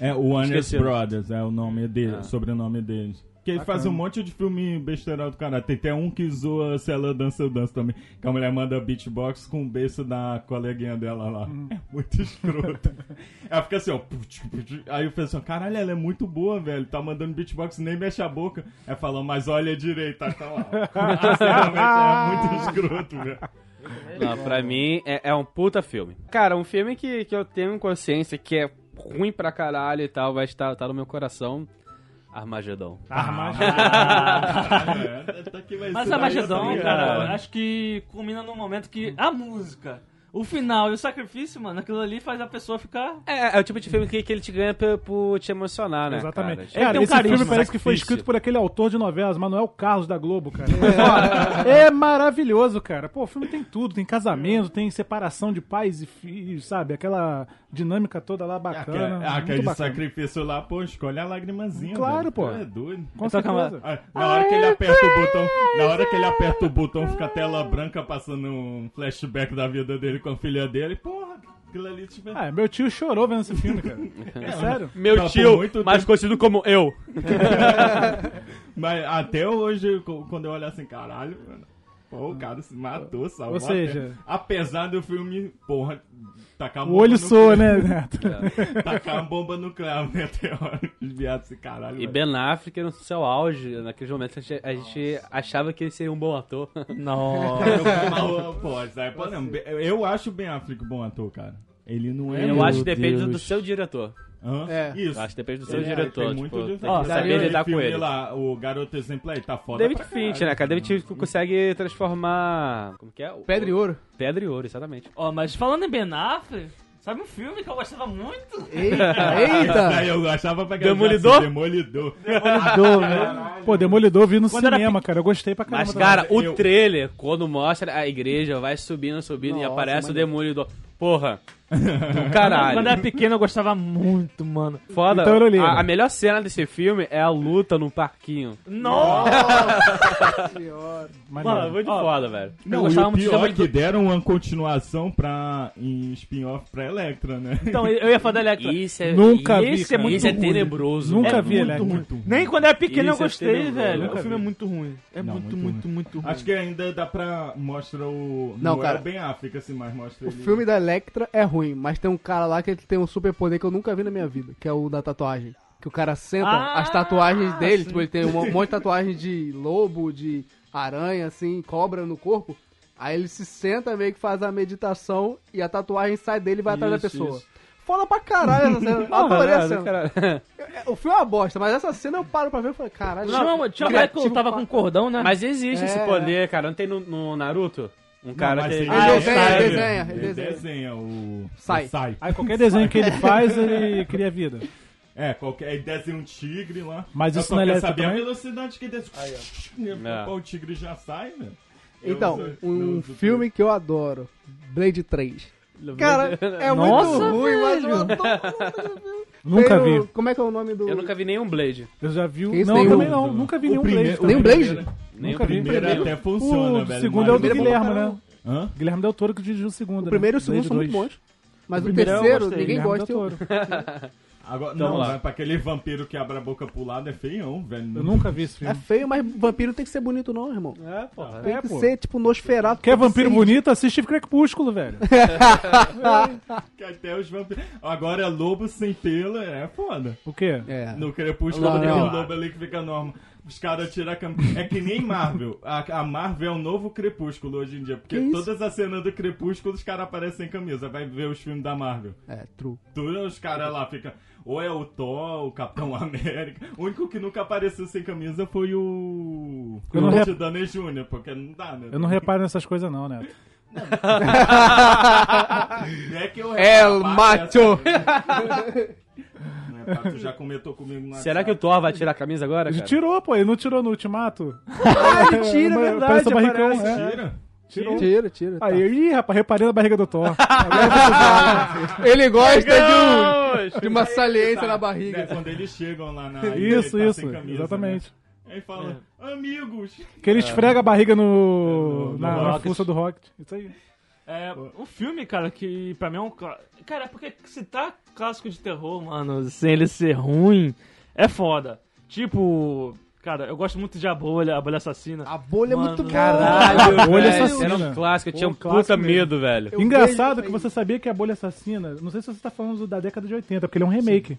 Speaker 2: É, o Honest
Speaker 1: Esqueci.
Speaker 2: Brothers, é o nome dele,
Speaker 1: Ah.
Speaker 2: sobrenome deles. Que ele faz um monte de filme besteirado do cara. Tem até um que zoa se ela dança, eu danço também. Que a mulher manda beatbox com o beijo da coleguinha dela lá. É muito escroto. ela fica assim, ó. put, put. Aí o pessoal, caralho, ela é muito boa, velho. Tá mandando beatbox, nem mexe a boca. É falando, mas olha direito, aí tá lá. ó. Sinceramente, é muito escroto, velho.
Speaker 1: Não, pra mim é, é um puta filme. Cara, um filme que, que eu tenho consciência que é ruim pra caralho e tal, mas tá, tá no meu coração. Armagedon. Ah.
Speaker 2: Tá
Speaker 4: Mas Armagedon,
Speaker 1: tá
Speaker 4: é cara,
Speaker 1: ligado?
Speaker 4: acho que culmina num momento que a música, o final e o sacrifício, mano, aquilo ali faz a pessoa ficar.
Speaker 1: É, é o tipo de filme que, que ele te ganha por, por te emocionar, né?
Speaker 5: Exatamente.
Speaker 1: Cara?
Speaker 5: Cara,
Speaker 4: tem um
Speaker 5: esse
Speaker 4: carisma,
Speaker 5: filme parece que foi
Speaker 1: sacrifício.
Speaker 5: escrito por aquele autor de novelas, Manuel Carlos da Globo, cara. Mas, ó, é maravilhoso, cara. Pô, o filme tem tudo, tem casamento, tem separação de pais e filhos, sabe? Aquela dinâmica toda lá bacana.
Speaker 2: Ah,
Speaker 5: muito
Speaker 2: aquele
Speaker 5: bacana.
Speaker 2: sacrifício lá, pô, escolhe a lagrimazinha.
Speaker 5: Claro,
Speaker 2: velho.
Speaker 5: pô.
Speaker 2: É doido.
Speaker 5: Com
Speaker 4: Então, calma.
Speaker 5: certeza.
Speaker 2: Ah, Na hora que ele aperta o botão, na hora que ele aperta o botão, fica a tela branca passando um flashback da vida dele com a filha dele. Porra, aquilo ali tipo,
Speaker 5: Ah, meu tio chorou vendo esse filme, cara. É sério.
Speaker 1: Meu
Speaker 2: Tá por muito
Speaker 1: tio, mais
Speaker 2: tempo.
Speaker 1: conhecido como eu.
Speaker 2: Mas até hoje, co- quando eu olho assim, caralho, mano. Pô, o cara se matou, salvou.
Speaker 5: Ou seja-
Speaker 2: até- apesar do filme, porra, tacar a
Speaker 5: O
Speaker 2: bomba
Speaker 5: olho
Speaker 2: no-
Speaker 5: soa, né, Neto?
Speaker 2: Tacar a bomba né, nuclear, meteoro. Os viados, assim, caralho.
Speaker 1: E
Speaker 2: velho.
Speaker 1: Ben Affleck no seu auge, naqueles momentos a gente, a gente achava que ele seria um bom ator.
Speaker 4: Não.
Speaker 2: Eu, pô, isso aí, pô, não, Ben- eu acho o Ben Affleck bom ator, cara. Ele não é.
Speaker 1: Eu
Speaker 2: muito-
Speaker 1: acho que depende do
Speaker 4: Deus.
Speaker 1: seu diretor.
Speaker 2: Hã?
Speaker 3: É.
Speaker 2: Isso.
Speaker 1: Eu acho que depende do seu
Speaker 2: É,
Speaker 1: diretor.
Speaker 2: tem
Speaker 1: Tipo,
Speaker 2: muito
Speaker 1: tem que
Speaker 2: diretor. é
Speaker 1: saber
Speaker 2: Aquele
Speaker 1: lidar com
Speaker 2: filme
Speaker 1: ele.
Speaker 2: Lá, o garoto exemplar, tá foda.
Speaker 1: David
Speaker 2: pra
Speaker 1: Finch,
Speaker 2: caralho.
Speaker 1: né, cara? David Finch consegue transformar. Como que é? O-
Speaker 3: Pedra e ouro.
Speaker 1: Pedra e ouro, exatamente.
Speaker 4: Ó, mas falando em Ben Affleck, sabe um filme que eu gostava muito?
Speaker 3: Eita,
Speaker 2: Aí
Speaker 3: eita.
Speaker 2: eu achava pra caralho,
Speaker 1: né? Demolidor?
Speaker 2: assim, Demolidor.
Speaker 5: Demolidor, né? Pô, Demolidor eu vi no
Speaker 4: Quando era
Speaker 5: cinema, cara. Eu gostei pra caramba.
Speaker 1: Mas,
Speaker 5: da-
Speaker 1: cara, o
Speaker 2: eu-
Speaker 1: trailer, quando mostra a igreja, vai subindo, subindo e
Speaker 3: Nossa,
Speaker 1: aparece o
Speaker 3: maneiro.
Speaker 1: demolidor. Porra! Do
Speaker 4: Quando eu era
Speaker 1: caralho.
Speaker 4: pequeno eu gostava muito, mano.
Speaker 1: Foda.
Speaker 5: Então eu não ligo.
Speaker 1: a, a melhor cena desse filme é a luta no parquinho.
Speaker 4: Nossa!
Speaker 5: Maneiro.
Speaker 1: É muito
Speaker 4: Ó,
Speaker 1: foda, velho.
Speaker 4: Eu
Speaker 2: Não, e
Speaker 4: gostava
Speaker 2: o
Speaker 4: muito de
Speaker 2: pior é que
Speaker 4: Demolidor.
Speaker 2: deram uma continuação pra, em spin-off pra Electra, né?
Speaker 4: Então, eu ia falar da Electra.
Speaker 1: Isso é,
Speaker 5: Nunca vi,
Speaker 1: isso é
Speaker 5: cara.
Speaker 1: muito
Speaker 5: Isso é
Speaker 1: ruim. tenebroso.
Speaker 5: Nunca
Speaker 1: É
Speaker 5: vi
Speaker 1: muito-
Speaker 5: Electra.
Speaker 4: Nem quando eu era pequeno
Speaker 1: Isso é
Speaker 4: eu gostei,
Speaker 1: tenebroso.
Speaker 4: velho.
Speaker 1: Nunca
Speaker 4: o filme é muito ruim. É
Speaker 2: Não,
Speaker 4: muito,
Speaker 2: muito
Speaker 4: muito, muito ruim.
Speaker 2: Acho que ainda dá pra mostrar o...
Speaker 3: Não,
Speaker 2: é
Speaker 3: cara.
Speaker 2: bem África, assim, mas mostra
Speaker 3: O
Speaker 2: ele-
Speaker 3: filme da Electra é ruim, mas tem um cara lá que ele tem um superpoder que eu nunca vi na minha vida, que é o da tatuagem. Que o cara senta
Speaker 4: Ah,
Speaker 3: as tatuagens dele,
Speaker 4: sim.
Speaker 3: tipo, ele tem um monte de tatuagem de lobo, de aranha, assim, cobra no corpo. Aí ele se senta meio que faz a meditação e a tatuagem sai dele e vai atrás da
Speaker 4: Isso, é,
Speaker 3: pessoa. Foda pra caralho essa cena. Eu Adorei
Speaker 1: Caralho,
Speaker 3: a cena.
Speaker 1: caralho.
Speaker 3: O filme é uma bosta, mas essa cena eu paro pra ver e falei, caralho.
Speaker 4: Tinha uma-
Speaker 3: um
Speaker 4: tinha uma mulher que lutava com cordão, né?
Speaker 1: Mas existe esse
Speaker 3: É.
Speaker 1: poder, cara. Não tem no, no Naruto? Um cara
Speaker 2: mas
Speaker 1: que.
Speaker 2: ele
Speaker 3: Ah,
Speaker 2: desenha,
Speaker 3: desenha,
Speaker 2: ele
Speaker 3: desenha,
Speaker 2: Ele
Speaker 3: desenha.
Speaker 2: desenha o...
Speaker 3: Sai.
Speaker 2: o Sai.
Speaker 5: Aí qualquer desenho que ele faz, ele cria vida.
Speaker 2: É, qualquer... Ele desenha um tigre lá.
Speaker 5: Mas
Speaker 2: Eu
Speaker 5: isso
Speaker 2: só
Speaker 5: na
Speaker 2: quero
Speaker 5: Electra
Speaker 2: saber a
Speaker 5: também?
Speaker 2: velocidade que ele desenha.
Speaker 1: É.
Speaker 2: Pô, o tigre já sai, né? Eu
Speaker 3: Então,
Speaker 2: uso- eu
Speaker 3: um
Speaker 2: uso
Speaker 3: filme que eu adoro, Blade 3. Cara, é
Speaker 5: Nossa,
Speaker 3: muito ruim, mas eu adoro.
Speaker 5: Nunca
Speaker 3: Tem o-
Speaker 5: vi.
Speaker 3: Como é que é o nome do...
Speaker 1: Eu nunca vi nenhum Blade.
Speaker 5: Eu já vi o...
Speaker 3: Que isso,
Speaker 5: Não,
Speaker 3: nenhum.
Speaker 5: também não. Nunca vi
Speaker 2: O
Speaker 5: nenhum
Speaker 2: primeiro-
Speaker 5: Blade.
Speaker 2: o
Speaker 5: também.
Speaker 3: Nem o Blade?
Speaker 1: Nem
Speaker 5: Nunca
Speaker 1: o
Speaker 5: vi.
Speaker 1: primeiro.
Speaker 2: primeiro até funciona,
Speaker 5: o
Speaker 2: velho.
Speaker 5: segundo é o do
Speaker 2: mas-
Speaker 3: primeiro é bom
Speaker 5: Guilherme,
Speaker 3: pra
Speaker 5: né?
Speaker 2: Hã?
Speaker 5: Guilherme Del Toro que dirigiu o segundo.
Speaker 3: O primeiro e
Speaker 5: né?
Speaker 3: o segundo
Speaker 5: Blade
Speaker 3: são muito
Speaker 5: dois.
Speaker 3: bons. Mas o,
Speaker 4: primeiro eu
Speaker 3: terceiro,
Speaker 4: gostei,
Speaker 3: ninguém
Speaker 5: Guilherme
Speaker 3: gosta.
Speaker 5: Del
Speaker 3: Eu...
Speaker 5: Toro.
Speaker 2: Agora,
Speaker 1: Então
Speaker 2: não,
Speaker 1: lá.
Speaker 2: vai pra aquele vampiro que abre a boca pro lado é feião, velho.
Speaker 5: Eu nunca vi esse
Speaker 3: É
Speaker 5: filme.
Speaker 3: feio, mas vampiro tem que ser bonito, não, irmão.
Speaker 1: É, porra.
Speaker 3: Tem
Speaker 5: É,
Speaker 3: que
Speaker 5: pô.
Speaker 3: ser, tipo, nosferato.
Speaker 5: Quer vampiro bonito? Assiste Crepúsculo, velho.
Speaker 2: Que Até os vampiros. Agora, lobo sem pelo é foda.
Speaker 5: O quê?
Speaker 3: É.
Speaker 2: No crepúsculo
Speaker 3: Lobo
Speaker 2: tem um
Speaker 3: não.
Speaker 2: lobo ali que fica normal. Os caras tiram a camisa. É que nem Marvel. A, a Marvel é o novo crepúsculo hoje em dia. Porque
Speaker 3: Que isso?
Speaker 2: todas as cenas do crepúsculo os caras aparecem sem camisa. Vai ver os filmes da Marvel.
Speaker 3: É, true.
Speaker 2: Tudo os caras lá ficam. Ou é o Thor, o Capitão América. O único que nunca apareceu sem camisa foi o.
Speaker 5: Eu não
Speaker 2: o
Speaker 5: rep-
Speaker 2: Robert Downey Jr., porque não dá, né?
Speaker 5: Eu não reparo nessas coisas, não, Neto.
Speaker 2: É que eu
Speaker 1: El
Speaker 2: reparo,
Speaker 1: Macho!
Speaker 2: né, Pato? Tu já comentou comigo na.
Speaker 1: Será que o Thor vai tirar a camisa agora?
Speaker 5: Ele
Speaker 1: Cara?
Speaker 5: tirou, pô, ele não tirou no ultimato.
Speaker 1: Ah, ele tira, é
Speaker 5: Mas
Speaker 1: verdade.
Speaker 5: parece o barrigão,
Speaker 1: aparece.
Speaker 5: é.
Speaker 2: Tira?
Speaker 5: Tirou.
Speaker 3: Tira, tira. tá.
Speaker 5: Aí, ih, rapaz, reparei na barriga do Thor.
Speaker 3: Ele gosta de, um- de uma saliência na
Speaker 2: Né,
Speaker 3: barriga.
Speaker 2: quando eles chegam lá na.
Speaker 5: isso,
Speaker 2: ele tá
Speaker 5: isso,
Speaker 2: sem camisa,
Speaker 5: exatamente.
Speaker 2: Né? Aí fala, amigos!
Speaker 5: Que ele esfrega a barriga no,
Speaker 2: no
Speaker 5: na, na
Speaker 4: Rocket.
Speaker 5: fuça do Rocket. Isso aí.
Speaker 4: É, um filme, cara, que pra mim é um. cla- Cara, é porque se tá clássico de terror, mano, sem ele ser ruim, é foda. Tipo, cara, eu gosto muito de A Bolha, A Bolha Assassina.
Speaker 3: A bolha é
Speaker 4: Mano,
Speaker 3: muito boa.
Speaker 1: Caralho,
Speaker 5: um Olha
Speaker 1: velho,
Speaker 5: essa
Speaker 1: Era um
Speaker 5: cena.
Speaker 1: clássico, eu tinha
Speaker 5: Pô,
Speaker 1: um puta
Speaker 5: clássico
Speaker 1: medo, velho.
Speaker 3: Eu
Speaker 5: Engraçado
Speaker 3: vejo
Speaker 5: que
Speaker 3: isso
Speaker 5: você sabia que a bolha assassina. Não sei se você tá falando da década de 80, porque ele é um remake.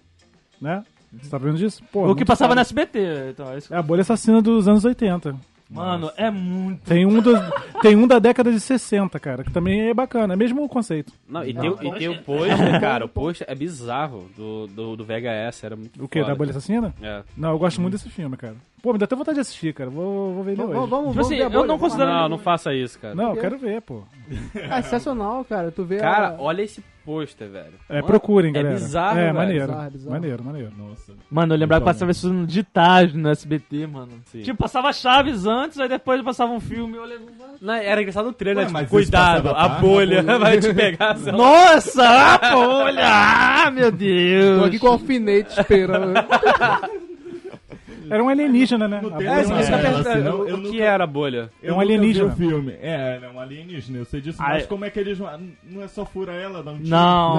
Speaker 5: Né? Você tá vendo disso? Pô,
Speaker 4: o que
Speaker 5: muito
Speaker 4: passava na
Speaker 5: foda.
Speaker 4: SBT, então, é isso.
Speaker 5: É a bolha assassina dos anos 80.
Speaker 4: Mano, é muito.
Speaker 5: Tem um, dos, tem um da década de 60, cara, que também é bacana. É mesmo o conceito.
Speaker 1: Não, e, tem, e tem o pôster, cara, o pôster é bizarro do, do, do VHS, era muito
Speaker 5: O quê?
Speaker 1: foda.
Speaker 5: Da Tipo bolha assassina?
Speaker 1: É.
Speaker 5: Não, eu gosto muito desse filme, cara. Pô, me dá até vontade de assistir, cara. Vou, vou ver ele
Speaker 3: Vamos, vamos,
Speaker 5: hoje.
Speaker 3: vamos
Speaker 4: Tipo assim,
Speaker 3: ver a
Speaker 4: eu
Speaker 3: bolha,
Speaker 4: não
Speaker 3: vamos lá.
Speaker 4: considero-
Speaker 1: Não, não faça isso, cara.
Speaker 5: Não, eu quero ver, pô.
Speaker 3: É sensacional, cara. Tu vê a-
Speaker 1: Cara, olha esse pôster, velho.
Speaker 5: É, procurem,
Speaker 1: é
Speaker 5: galera.
Speaker 1: bizarro,
Speaker 5: É,
Speaker 1: velho.
Speaker 5: maneiro.
Speaker 3: Bizarro, bizarro.
Speaker 5: Maneiro, maneiro.
Speaker 2: Nossa.
Speaker 4: Mano, eu lembrava que
Speaker 2: Então,
Speaker 4: passava isso de tarde no SBT, mano.
Speaker 1: Sim.
Speaker 4: Tipo, passava Chaves antes, aí depois passava um filme, eu olhava.
Speaker 1: Não, era engraçado o trailer,
Speaker 2: Ué,
Speaker 1: tipo,
Speaker 2: mas isso
Speaker 1: cuidado,
Speaker 2: passava
Speaker 1: a
Speaker 2: tarde,
Speaker 1: bolha vai te pegar. sei lá.
Speaker 4: Nossa, a bolha! Ah, meu
Speaker 3: Tô
Speaker 4: Deus!
Speaker 3: aqui com o alfinete esperando.
Speaker 5: Era um alienígena, né?
Speaker 2: Não
Speaker 5: A
Speaker 2: tem
Speaker 5: bolha
Speaker 1: É, isso que eu
Speaker 5: assassina.
Speaker 1: ia
Speaker 2: É,
Speaker 1: perguntar,
Speaker 2: assim, não,
Speaker 1: o-
Speaker 2: eu
Speaker 1: o que
Speaker 2: nunca-
Speaker 1: era a bolha?
Speaker 2: Eu
Speaker 5: um
Speaker 2: nunca vi
Speaker 5: alienígena.
Speaker 2: o filme. É, ele é um alienígena, eu sei disso,
Speaker 4: Ah,
Speaker 2: mas
Speaker 4: é.
Speaker 2: como é que eles. vão- Não é só furar ela, dá um tiro.
Speaker 4: Não,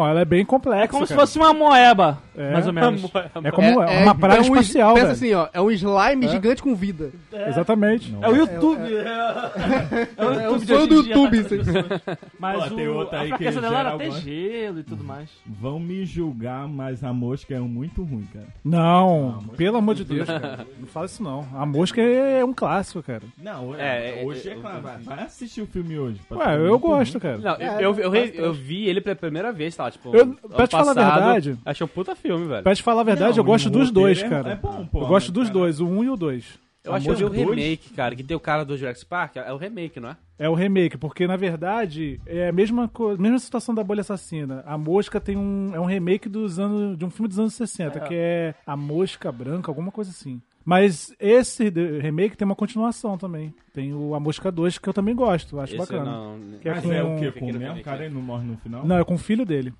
Speaker 5: Não, ela é bem complexa.
Speaker 4: É como se
Speaker 5: cara.
Speaker 4: fosse uma moeba,
Speaker 5: É.
Speaker 4: mais ou menos.
Speaker 5: É como é, uma praia
Speaker 3: um es-
Speaker 5: espacial,
Speaker 3: Pensa
Speaker 5: velho.
Speaker 3: assim, ó. É um slime gigante com vida.
Speaker 5: Exatamente.
Speaker 4: É o YouTube. É, o
Speaker 3: É o
Speaker 4: YouTube de
Speaker 3: sonho do
Speaker 4: hoje em dia,
Speaker 3: YouTube.
Speaker 4: tá?
Speaker 3: isso aí.
Speaker 4: Mas
Speaker 2: Pô,
Speaker 4: o,
Speaker 2: tem outra aí
Speaker 4: a
Speaker 2: que
Speaker 4: fraqueza dela era
Speaker 2: gera
Speaker 4: até
Speaker 2: alguma-
Speaker 4: gelo e tudo mais.
Speaker 2: Vão me julgar, mas a mosca é muito ruim, cara. Ah,
Speaker 5: Não, pelo amor de Deus, cara. Não fala isso não. A mosca é um clássico, cara.
Speaker 2: Não,
Speaker 1: É, é,
Speaker 2: hoje é,
Speaker 1: é,
Speaker 2: claro.
Speaker 1: eu-
Speaker 2: vai- Vai assistir o filme hoje. pra tu
Speaker 5: Ué,
Speaker 2: ver.
Speaker 5: eu gosto, cara.
Speaker 1: Não,
Speaker 3: É,
Speaker 1: eu, eu, eu,
Speaker 3: bastante.
Speaker 1: eu vi ele pela primeira vez, tá? Tipo,
Speaker 5: Eu-
Speaker 1: ano
Speaker 5: pra te falar a
Speaker 1: passado.
Speaker 5: verdade-
Speaker 1: Achei um puta filme, velho.
Speaker 5: Pra te falar a verdade,
Speaker 2: Não,
Speaker 5: eu gosto
Speaker 2: o
Speaker 5: dos dois,
Speaker 2: roteiro é-
Speaker 5: cara.
Speaker 2: é bom, pô,
Speaker 5: eu gosto
Speaker 2: mas,
Speaker 5: dos
Speaker 2: cara-
Speaker 5: dois, o um e o dois.
Speaker 1: Eu acho que eu vi o
Speaker 2: Dois?
Speaker 1: remake, cara, que tem o cara do Jurassic Park. É o remake, não é?
Speaker 5: É o remake, porque na verdade é a mesma coisa, mesma situação da bolha assassina. A mosca tem um é um remake dos anos de um filme dos anos 60, que é A Mosca Branca, alguma coisa assim. Mas esse de- remake tem uma continuação também. Tem o A Mosca 2 que eu também gosto, acho
Speaker 1: Esse
Speaker 5: bacana. Não.
Speaker 1: não...
Speaker 5: Que é
Speaker 2: Mas
Speaker 5: com-
Speaker 2: é o quê? Com
Speaker 1: Aquele
Speaker 2: o mesmo
Speaker 1: filme
Speaker 2: cara
Speaker 1: que-
Speaker 2: e não morre no final?
Speaker 5: é com o filho dele.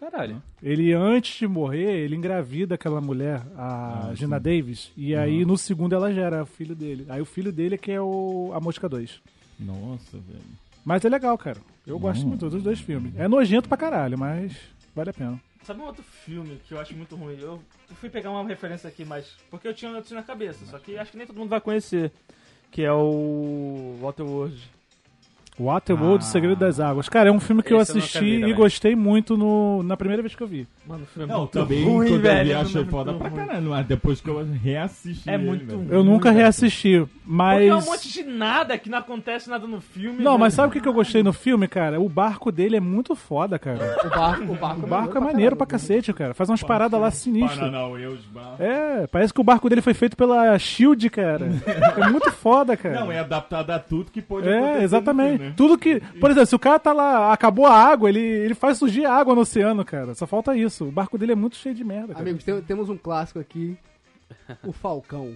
Speaker 1: Caralho.
Speaker 5: Ele antes de morrer, ele engravida aquela mulher, a
Speaker 2: Ah,
Speaker 5: Gina
Speaker 2: sim.
Speaker 5: Davis, e aí no segundo ela gera o filho dele. Aí o filho dele é que é o A Mosca 2.
Speaker 2: Nossa, velho.
Speaker 5: Mas é legal, cara. Eu gosto muito dos dois filmes. É nojento pra caralho, mas vale a pena.
Speaker 4: Sabe um outro filme que eu acho muito ruim? Eu fui pegar uma referência aqui, mas. Porque eu tinha antes na cabeça, só que acho que nem todo mundo vai conhecer. Que é o. Waterworld.
Speaker 5: Waterworld, O Segredo das Águas. Cara, é um filme que eu
Speaker 1: Esse eu nunca
Speaker 5: assisti
Speaker 1: vi
Speaker 5: e
Speaker 1: também.
Speaker 5: gostei muito no, na primeira vez que eu vi.
Speaker 4: Mano, o filme é
Speaker 2: Não,
Speaker 4: muito
Speaker 2: também
Speaker 4: ruim,
Speaker 2: quando eu vi,
Speaker 4: velho.
Speaker 2: achei
Speaker 4: Muito
Speaker 2: foda pra
Speaker 4: ruim.
Speaker 2: caralho, mas depois que eu reassisti
Speaker 4: É
Speaker 2: ele,
Speaker 4: muito
Speaker 2: velho.
Speaker 5: Eu nunca reassisti, mas.
Speaker 4: Porque é um monte de nada que não acontece nada no filme.
Speaker 5: Não,
Speaker 4: né?
Speaker 5: mas sabe o que que eu gostei no filme, cara? O barco dele é muito foda, cara.
Speaker 3: O barco, o barco,
Speaker 5: O barco é maneiro pra cacete, cara. Faz umas paradas lá sinistras.
Speaker 2: Paranauê, os barcos.
Speaker 5: É, parece que o barco dele foi feito pela Shield, cara. É muito foda, cara.
Speaker 2: Não, é adaptado a tudo que pode acontecer.
Speaker 5: É,
Speaker 2: no
Speaker 5: exatamente.
Speaker 2: filme, né?
Speaker 5: Tudo que. Por exemplo, se o cara tá lá, acabou a água, ele, ele faz surgir água no oceano, cara. Só falta isso. O barco dele é muito cheio de merda. Cara.
Speaker 3: Amigos, tem- temos um clássico aqui. O Falcão.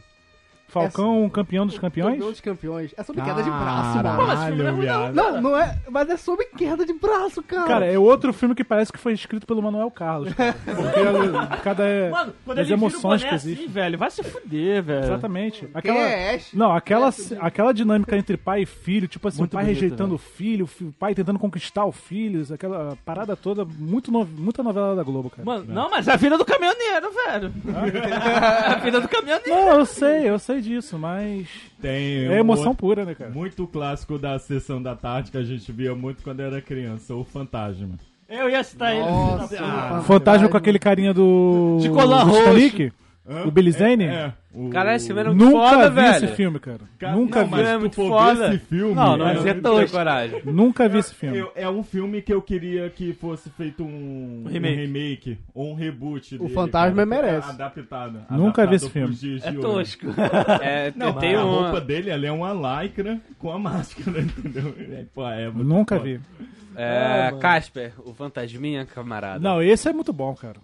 Speaker 5: Falcão, um campeão dos campeões? assim?
Speaker 3: Campeão dos campeões. É sobre queda de braço,
Speaker 2: Caralho,
Speaker 3: mano.
Speaker 2: viado.
Speaker 3: Não, não é. Mas é sobre queda de braço, cara.
Speaker 5: Cara, é outro filme que parece que foi escrito pelo Manuel Carlos. Cara. Porque cada. é,
Speaker 4: Mano, quando
Speaker 5: as
Speaker 4: ele
Speaker 5: emoções
Speaker 4: vira o boné
Speaker 5: que existem.
Speaker 4: assim, velho, vai se fuder, velho.
Speaker 5: é, Exatamente.
Speaker 3: Quem
Speaker 5: Aquela.
Speaker 3: é Ash?
Speaker 5: Não, aquela, aquela dinâmica entre pai e filho, tipo assim,
Speaker 4: Muito
Speaker 5: o pai
Speaker 4: bonito,
Speaker 5: rejeitando
Speaker 2: né?
Speaker 5: o filho, o fi- o pai tentando conquistar o filho, aquela parada toda, muito no- muita novela da Globo, cara.
Speaker 4: Mano, não, mas é a vida do caminhoneiro, velho.
Speaker 5: Ah.
Speaker 4: É a vida do caminhoneiro.
Speaker 5: Não, eu sei, eu sei disso, mas.
Speaker 2: Tem
Speaker 5: É
Speaker 2: um
Speaker 5: emoção
Speaker 2: outro-
Speaker 5: pura, né, cara?
Speaker 2: Muito clássico da sessão da tarde que a gente via muito quando era criança, o Fantasma.
Speaker 4: Eu ia citar ele.
Speaker 3: Nossa,
Speaker 4: filho da puta.
Speaker 3: ah,
Speaker 5: Fantasma com aquele carinha do.
Speaker 4: De colar
Speaker 5: do
Speaker 4: roxo.
Speaker 5: Titanic?
Speaker 2: Hã?
Speaker 5: O Billy Zane?
Speaker 2: É, é. O...
Speaker 1: Caralho, esse filme era muito
Speaker 5: Nunca
Speaker 1: foda,
Speaker 5: vi
Speaker 1: velho.
Speaker 5: esse filme, cara.
Speaker 2: Cara,
Speaker 5: Nunca
Speaker 2: não,
Speaker 5: vi.
Speaker 1: Esse filme
Speaker 2: Mas
Speaker 1: é
Speaker 2: tu
Speaker 1: muito
Speaker 2: for ver
Speaker 1: foda.
Speaker 2: esse filme,
Speaker 1: não, não
Speaker 2: é
Speaker 1: é
Speaker 2: muito
Speaker 1: tão
Speaker 2: triste.
Speaker 1: coragem.
Speaker 5: Nunca vi esse filme.
Speaker 2: Eu- é um filme que eu queria que fosse feito um um remake,
Speaker 4: remake.
Speaker 2: ou um reboot.
Speaker 3: O Fantasma merece.
Speaker 2: Adaptado.
Speaker 5: Nunca
Speaker 2: adaptado
Speaker 5: vi esse
Speaker 2: pros
Speaker 5: filme.
Speaker 2: dias
Speaker 4: É
Speaker 2: de hoje.
Speaker 4: tosco.
Speaker 1: É,
Speaker 2: Não,
Speaker 1: tem
Speaker 2: a
Speaker 1: uma-
Speaker 2: roupa dele ela é uma lycra com a máscara, entendeu? É, pô, é muito
Speaker 5: Nunca
Speaker 2: foda.
Speaker 5: vi.
Speaker 1: É, Casper, o fantasminha, camarada.
Speaker 5: Não, esse é muito bom, cara.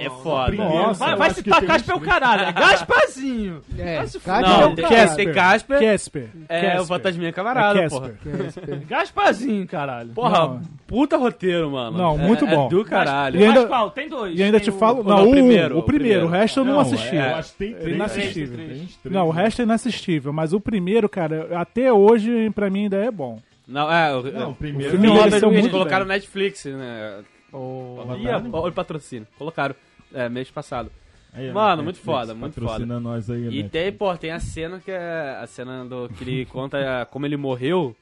Speaker 1: é foda.
Speaker 2: Primeiro,
Speaker 5: Nossa,
Speaker 4: Vai,
Speaker 2: eu
Speaker 4: vai
Speaker 2: acho que
Speaker 5: um
Speaker 4: citar
Speaker 2: tem
Speaker 4: Casper é o
Speaker 2: uns-
Speaker 4: caralho. É Gasparzinho.
Speaker 3: É,
Speaker 4: Vai se fuder.
Speaker 3: Casper
Speaker 1: Não,
Speaker 3: é o
Speaker 1: tem,
Speaker 3: cara.
Speaker 1: tem Casper,
Speaker 5: Casper.
Speaker 1: é o fantasminha camarada,
Speaker 5: É
Speaker 1: porra.
Speaker 5: Casper.
Speaker 4: Gasparzinho, caralho.
Speaker 1: Porra,
Speaker 5: Não.
Speaker 1: puta roteiro, mano.
Speaker 5: Não,
Speaker 1: É-
Speaker 5: muito
Speaker 1: é
Speaker 5: bom.
Speaker 1: do
Speaker 5: E
Speaker 1: caralho.
Speaker 5: aí-
Speaker 4: Mas
Speaker 5: ainda-
Speaker 4: qual? Tem dois.
Speaker 5: E ainda
Speaker 4: Tem
Speaker 5: te
Speaker 4: o-
Speaker 5: falo.
Speaker 1: o-
Speaker 5: Não,
Speaker 1: não, o
Speaker 5: o,
Speaker 1: primeiro,
Speaker 5: primeiro,
Speaker 1: o
Speaker 5: o primeiro.
Speaker 1: primeiro.
Speaker 5: O resto eu não, assisti.
Speaker 2: É, eu acho que tem três.
Speaker 5: inassistível.
Speaker 2: tem uns três. né?
Speaker 5: Não, o resto é inassistível. Mas o primeiro, cara, até hoje, pra mim, ainda é bom.
Speaker 1: Não, é, o,
Speaker 2: Não, o primeiro.
Speaker 5: O filme
Speaker 1: Não,
Speaker 5: envelheceu
Speaker 1: eles
Speaker 5: muito
Speaker 1: colocaram no Netflix, né? Olha
Speaker 2: Botaram?
Speaker 1: o patrocínio. Colocaram. É, mês passado.
Speaker 2: Aí, ó,
Speaker 1: Mano, muito
Speaker 2: Netflix
Speaker 1: foda, muito
Speaker 2: patrocina nós aí,
Speaker 1: E
Speaker 2: né?
Speaker 1: tem, pô, tem a cena que é. A cena do que ele conta como ele morreu.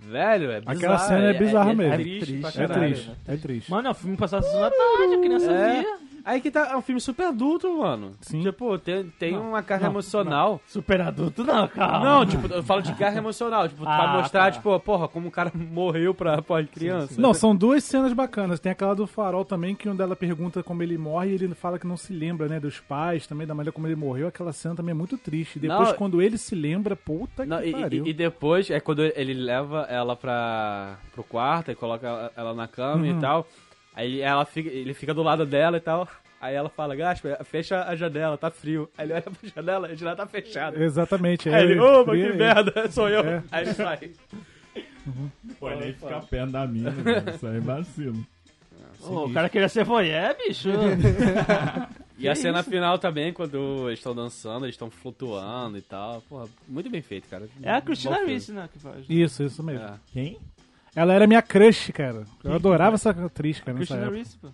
Speaker 1: Velho, é bizarro.
Speaker 5: Aquela cena é bizarra mesmo.
Speaker 1: É triste, pra
Speaker 5: É
Speaker 1: caralho,
Speaker 5: triste.
Speaker 1: né?
Speaker 5: É triste.
Speaker 4: Mano, é um filme passado sessão da tarde, a criança
Speaker 1: É.
Speaker 4: via.
Speaker 1: Aí que tá. É um filme super adulto, mano.
Speaker 5: Sim.
Speaker 1: Tipo, tem, tem
Speaker 5: Não,
Speaker 1: uma carga
Speaker 5: não, Ah.
Speaker 1: emocional.
Speaker 4: Super adulto não, calma.
Speaker 1: Não, tipo, eu falo de carga emocional. Tipo, pra
Speaker 4: Ah,
Speaker 1: mostrar,
Speaker 4: tá.
Speaker 1: tipo, porra, como o cara morreu pra, pra criança.
Speaker 5: Não, são duas cenas bacanas. Tem aquela do farol também, que um dela pergunta como ele morre e ele fala que não se lembra, né? Dos pais, também da maneira como ele morreu. Aquela cena também é muito triste. Depois,
Speaker 1: Não.
Speaker 5: quando ele se lembra, puta
Speaker 1: Não,
Speaker 5: que
Speaker 1: e,
Speaker 5: pariu.
Speaker 1: e- e depois é quando ele leva ela pra, pro quarto e coloca ela, ela na cama
Speaker 5: Uhum.
Speaker 1: e tal. Aí ela fica, ele fica do lado dela e tal. Aí ela fala, Gaspa, fecha a janela, tá frio. Aí ele olha pra janela, a janela tá fechada.
Speaker 5: Exatamente.
Speaker 1: Aí ele, opa, que
Speaker 5: é-
Speaker 1: merda, sou eu.
Speaker 5: É.
Speaker 1: Aí ele sai.
Speaker 2: Pô, nem ficar perto da mina, mano. Isso aí é vacilo.
Speaker 4: Ô, o cara queria ser voyeur, bicho.
Speaker 1: E a cena final também, quando eles estão dançando, eles estão flutuando e tal. Porra, muito bem feito, cara.
Speaker 4: É a Christina
Speaker 1: Bom filme.
Speaker 4: Ricci, né, que faz.
Speaker 5: Isso, isso mesmo.
Speaker 1: É.
Speaker 2: Quem?
Speaker 5: Ela era minha crush, cara. Eu adorava essa atriz, cara, nessa
Speaker 4: Christina
Speaker 5: época.
Speaker 4: Ricci, pô.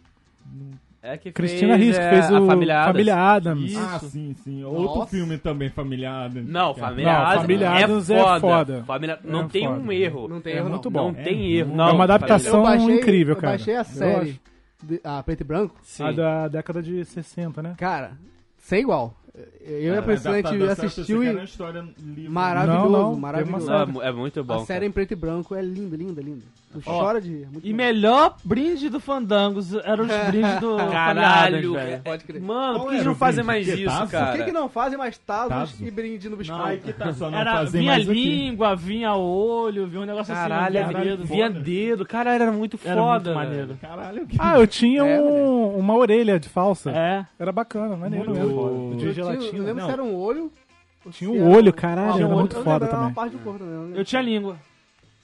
Speaker 1: É que
Speaker 5: Cristina
Speaker 1: fez,
Speaker 5: Risco
Speaker 1: é,
Speaker 5: fez
Speaker 1: a
Speaker 5: o
Speaker 1: Família Adams.
Speaker 5: Adams.
Speaker 2: Ah, sim, sim. Outro
Speaker 3: Nossa.
Speaker 2: filme também, Familiar. Adams.
Speaker 1: Não,
Speaker 2: Que é-
Speaker 1: Família
Speaker 5: Não,
Speaker 1: Adams
Speaker 5: Família Adams
Speaker 1: é
Speaker 5: é
Speaker 1: foda.
Speaker 5: foda.
Speaker 1: Família... Não
Speaker 5: É
Speaker 1: tem
Speaker 5: foda.
Speaker 1: um erro.
Speaker 3: Não tem
Speaker 5: É
Speaker 3: erro,
Speaker 5: muito
Speaker 3: não.
Speaker 5: bom.
Speaker 1: Não tem erro.
Speaker 5: É uma adaptação
Speaker 3: Eu baixei,
Speaker 5: incrível,
Speaker 3: eu
Speaker 5: cara.
Speaker 3: baixei a
Speaker 5: Eu
Speaker 3: série
Speaker 5: acho.
Speaker 3: de, a preto e branco.
Speaker 1: Sim.
Speaker 5: A da década de 60, né?
Speaker 3: Cara, sem igual. Eu e
Speaker 1: É,
Speaker 3: a Priscila, a gente
Speaker 2: Adaptação,
Speaker 3: assistiu
Speaker 2: eu pensei que
Speaker 3: e
Speaker 2: era uma história livre.
Speaker 3: maravilhoso,
Speaker 5: Não, não,
Speaker 3: maravilhoso.
Speaker 5: tem uma
Speaker 1: Não, é mu- é, muito bom.
Speaker 3: a série em preto e branco é linda, linda, linda. Tu chora de rir, é muito
Speaker 4: E
Speaker 3: bom.
Speaker 4: melhor brinde do Fandangos eram os brindes do
Speaker 1: cara.
Speaker 4: Family Adams,
Speaker 1: Caralho.
Speaker 4: velho.
Speaker 3: Pode crer.
Speaker 1: Mano, por
Speaker 2: Qual
Speaker 1: que eles
Speaker 2: era
Speaker 1: não
Speaker 2: o
Speaker 1: fazem
Speaker 2: vídeo?
Speaker 1: mais
Speaker 2: Que
Speaker 1: isso,
Speaker 2: tazo?
Speaker 1: cara?
Speaker 3: Por que, que não fazem mais Tazos
Speaker 2: Tazo?
Speaker 3: e brinde no biscoito?
Speaker 2: Ai, que tá só não
Speaker 4: Era,
Speaker 2: fazer
Speaker 4: vinha
Speaker 2: mais aqui.
Speaker 4: língua, vinha olho, vinha um negócio
Speaker 1: Caralho,
Speaker 4: assim.
Speaker 1: vinha dedo. Vinha dedo. Caralho, era muito
Speaker 4: Era
Speaker 1: foda.
Speaker 4: muito
Speaker 1: velho.
Speaker 4: maneiro.
Speaker 2: Caralho, que...
Speaker 5: Ah, eu tinha
Speaker 3: É,
Speaker 5: um- uma orelha de falsa.
Speaker 4: É.
Speaker 5: Era bacana, maneiro
Speaker 2: Muito
Speaker 5: mesmo.
Speaker 2: foda.
Speaker 5: De
Speaker 3: Eu tinha- Eu
Speaker 5: gelatina.
Speaker 3: lembro
Speaker 5: Não,
Speaker 3: se era um olho. ou
Speaker 5: Tinha
Speaker 3: se
Speaker 5: um
Speaker 3: era
Speaker 5: olho,
Speaker 3: Ah,
Speaker 5: caralho,
Speaker 3: um
Speaker 5: era
Speaker 3: olho.
Speaker 5: muito
Speaker 3: Eu
Speaker 5: foda
Speaker 3: lembro, Era uma
Speaker 5: também.
Speaker 3: parte do corpo, né?
Speaker 4: Eu tinha língua.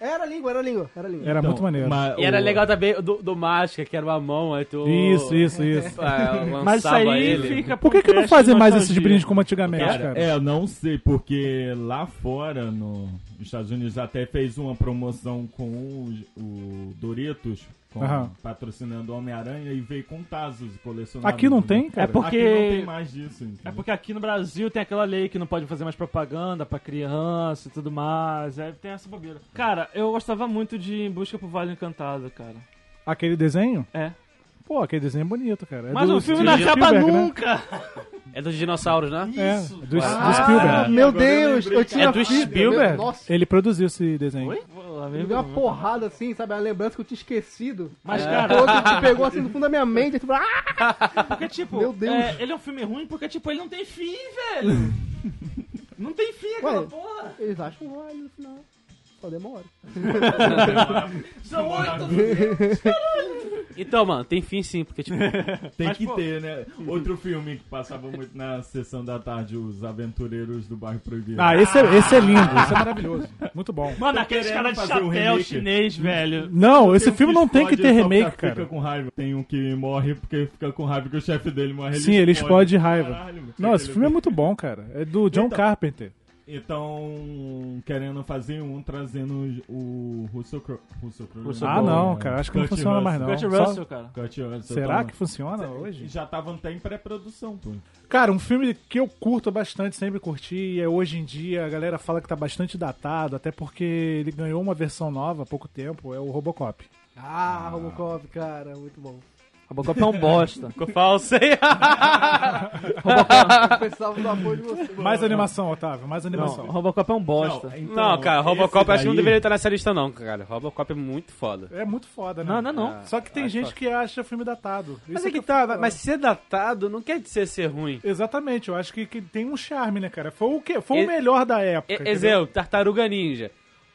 Speaker 3: Era língua, era língua, era língua.
Speaker 5: Era muito maneiro.
Speaker 1: E era legal também do, do Máscara, que era uma mão, aí tu...
Speaker 5: Isso, isso, isso.
Speaker 1: Ah,
Speaker 4: Mas isso
Speaker 1: lançava
Speaker 4: aí
Speaker 1: ele.
Speaker 4: fica
Speaker 5: Por que, que não fazem mais esses brindes
Speaker 4: brindes
Speaker 5: como antigamente,
Speaker 2: Cara,
Speaker 5: cara?
Speaker 2: é, eu não sei, porque lá fora, no- nos Estados Unidos, até fez uma promoção com o, o Doritos, com-
Speaker 5: Aham.
Speaker 2: patrocinando o Homem-Aranha, e veio com Tazos né? colecionados.
Speaker 5: Aqui não tem, cara.
Speaker 4: É por-
Speaker 2: Aqui
Speaker 4: Porque-
Speaker 2: não tem mais disso.
Speaker 4: É
Speaker 2: entendeu?
Speaker 4: porque aqui no Brasil tem aquela lei que não pode fazer mais propaganda pra criança e tudo mais. É, tem essa bobeira. Cara, eu gostava muito de Em Busca pro Vale Encantado, cara.
Speaker 5: Aquele desenho?
Speaker 4: É.
Speaker 5: pô, aquele desenho é bonito, cara. É
Speaker 4: Mas
Speaker 5: do
Speaker 4: o filme não
Speaker 5: Steven
Speaker 4: acaba
Speaker 5: Spielberg, né?
Speaker 4: nunca.
Speaker 1: É dos dinossauros, né?
Speaker 5: É, do, do
Speaker 1: Ah,
Speaker 5: Spielberg.
Speaker 3: Meu
Speaker 2: Agora eu
Speaker 3: Deus,
Speaker 2: lembrei,
Speaker 3: eu tinha
Speaker 1: É do
Speaker 3: fita,
Speaker 1: Spielberg?
Speaker 3: meu- Nossa,
Speaker 5: Ele produziu esse desenho.
Speaker 4: Oi? Pô, é lá vem
Speaker 3: me deu
Speaker 4: o-
Speaker 3: uma porrada assim, sabe? Uma lembrança que eu tinha esquecido.
Speaker 4: Mas,
Speaker 3: O
Speaker 4: cara,
Speaker 3: outro te pegou assim no fundo da minha mente. eu Tipo, ah!
Speaker 4: porque, tipo,
Speaker 3: Meu Deus.
Speaker 4: é, ele é um filme ruim porque, tipo, ele não tem fim, velho. não tem fim aquela
Speaker 3: Ué.
Speaker 2: Tá
Speaker 4: porra.
Speaker 3: Eles acham um olho no final. Só demora.
Speaker 4: São oito.
Speaker 1: Então, mano, tem fim sim, porque tipo...
Speaker 2: Tem
Speaker 4: Mas,
Speaker 2: que
Speaker 4: pô-
Speaker 2: ter, né? Outro filme que passava muito na sessão da tarde, Os Aventureiros do Bairro Proibido.
Speaker 5: Ah, esse é, esse é lindo, esse é maravilhoso. Muito bom.
Speaker 4: Mano, aqueles
Speaker 2: querendo
Speaker 4: caras de
Speaker 2: fazer um
Speaker 4: chapéu
Speaker 2: remake.
Speaker 4: chinês, velho.
Speaker 5: Não, esse
Speaker 2: Tem um
Speaker 5: filme não tem que ter
Speaker 2: explode só
Speaker 5: remake,
Speaker 2: porque Fica
Speaker 5: cara.
Speaker 2: com raiva. Tem um que morre porque fica com raiva que o chefe dele morre.
Speaker 5: Sim, ele explode de raiva.
Speaker 2: Caralho,
Speaker 5: Não, esse
Speaker 2: aquele
Speaker 5: filme é muito bom, cara. É do John
Speaker 2: Então.
Speaker 5: Carpenter.
Speaker 2: Então, querendo fazer um trazendo o Russell Crowe. Russell Crowe. né?
Speaker 1: Russell
Speaker 5: Ah, não, cara, acho que não funciona mais não.
Speaker 4: Kurt
Speaker 5: Só-
Speaker 4: Russell, cara.
Speaker 2: Kurt Russell,
Speaker 5: Será
Speaker 2: tá
Speaker 5: que funciona
Speaker 2: bom.
Speaker 5: hoje?
Speaker 2: Já estavam até em pré-produção, pô.
Speaker 5: Cara, um filme que eu curto bastante, sempre curti, e é hoje em dia a galera fala que tá bastante datado, até porque ele ganhou uma versão nova há pouco tempo, é o Robocop.
Speaker 3: Ah, Robocop, cara, muito bom.
Speaker 4: Robocop é um bosta.
Speaker 1: Ficou falso, hein?
Speaker 3: Eu precisava do apoio de você.
Speaker 5: Mais animação, Otávio, mais
Speaker 4: Não,
Speaker 5: animação.
Speaker 4: Robocop é um bosta.
Speaker 2: então,
Speaker 1: não, cara, Robocop
Speaker 2: esse
Speaker 1: acho que não
Speaker 2: daí-
Speaker 1: deveria estar nessa lista, não, cara. Robocop é muito foda.
Speaker 5: É muito foda, né?
Speaker 4: Não, Ah. não, não.
Speaker 5: Só que tem gente que acha filme datado.
Speaker 1: Mas
Speaker 5: Isso
Speaker 1: é que
Speaker 5: eu
Speaker 1: tá,
Speaker 5: falo.
Speaker 1: mas ser datado não quer dizer ser ruim.
Speaker 5: Exatamente, eu acho que, que tem um charme, né, cara? Foi o, que, foi
Speaker 1: E-
Speaker 5: o melhor da época.
Speaker 1: E-
Speaker 5: entendeu?
Speaker 1: Exemplo, Tartaruga Ninja.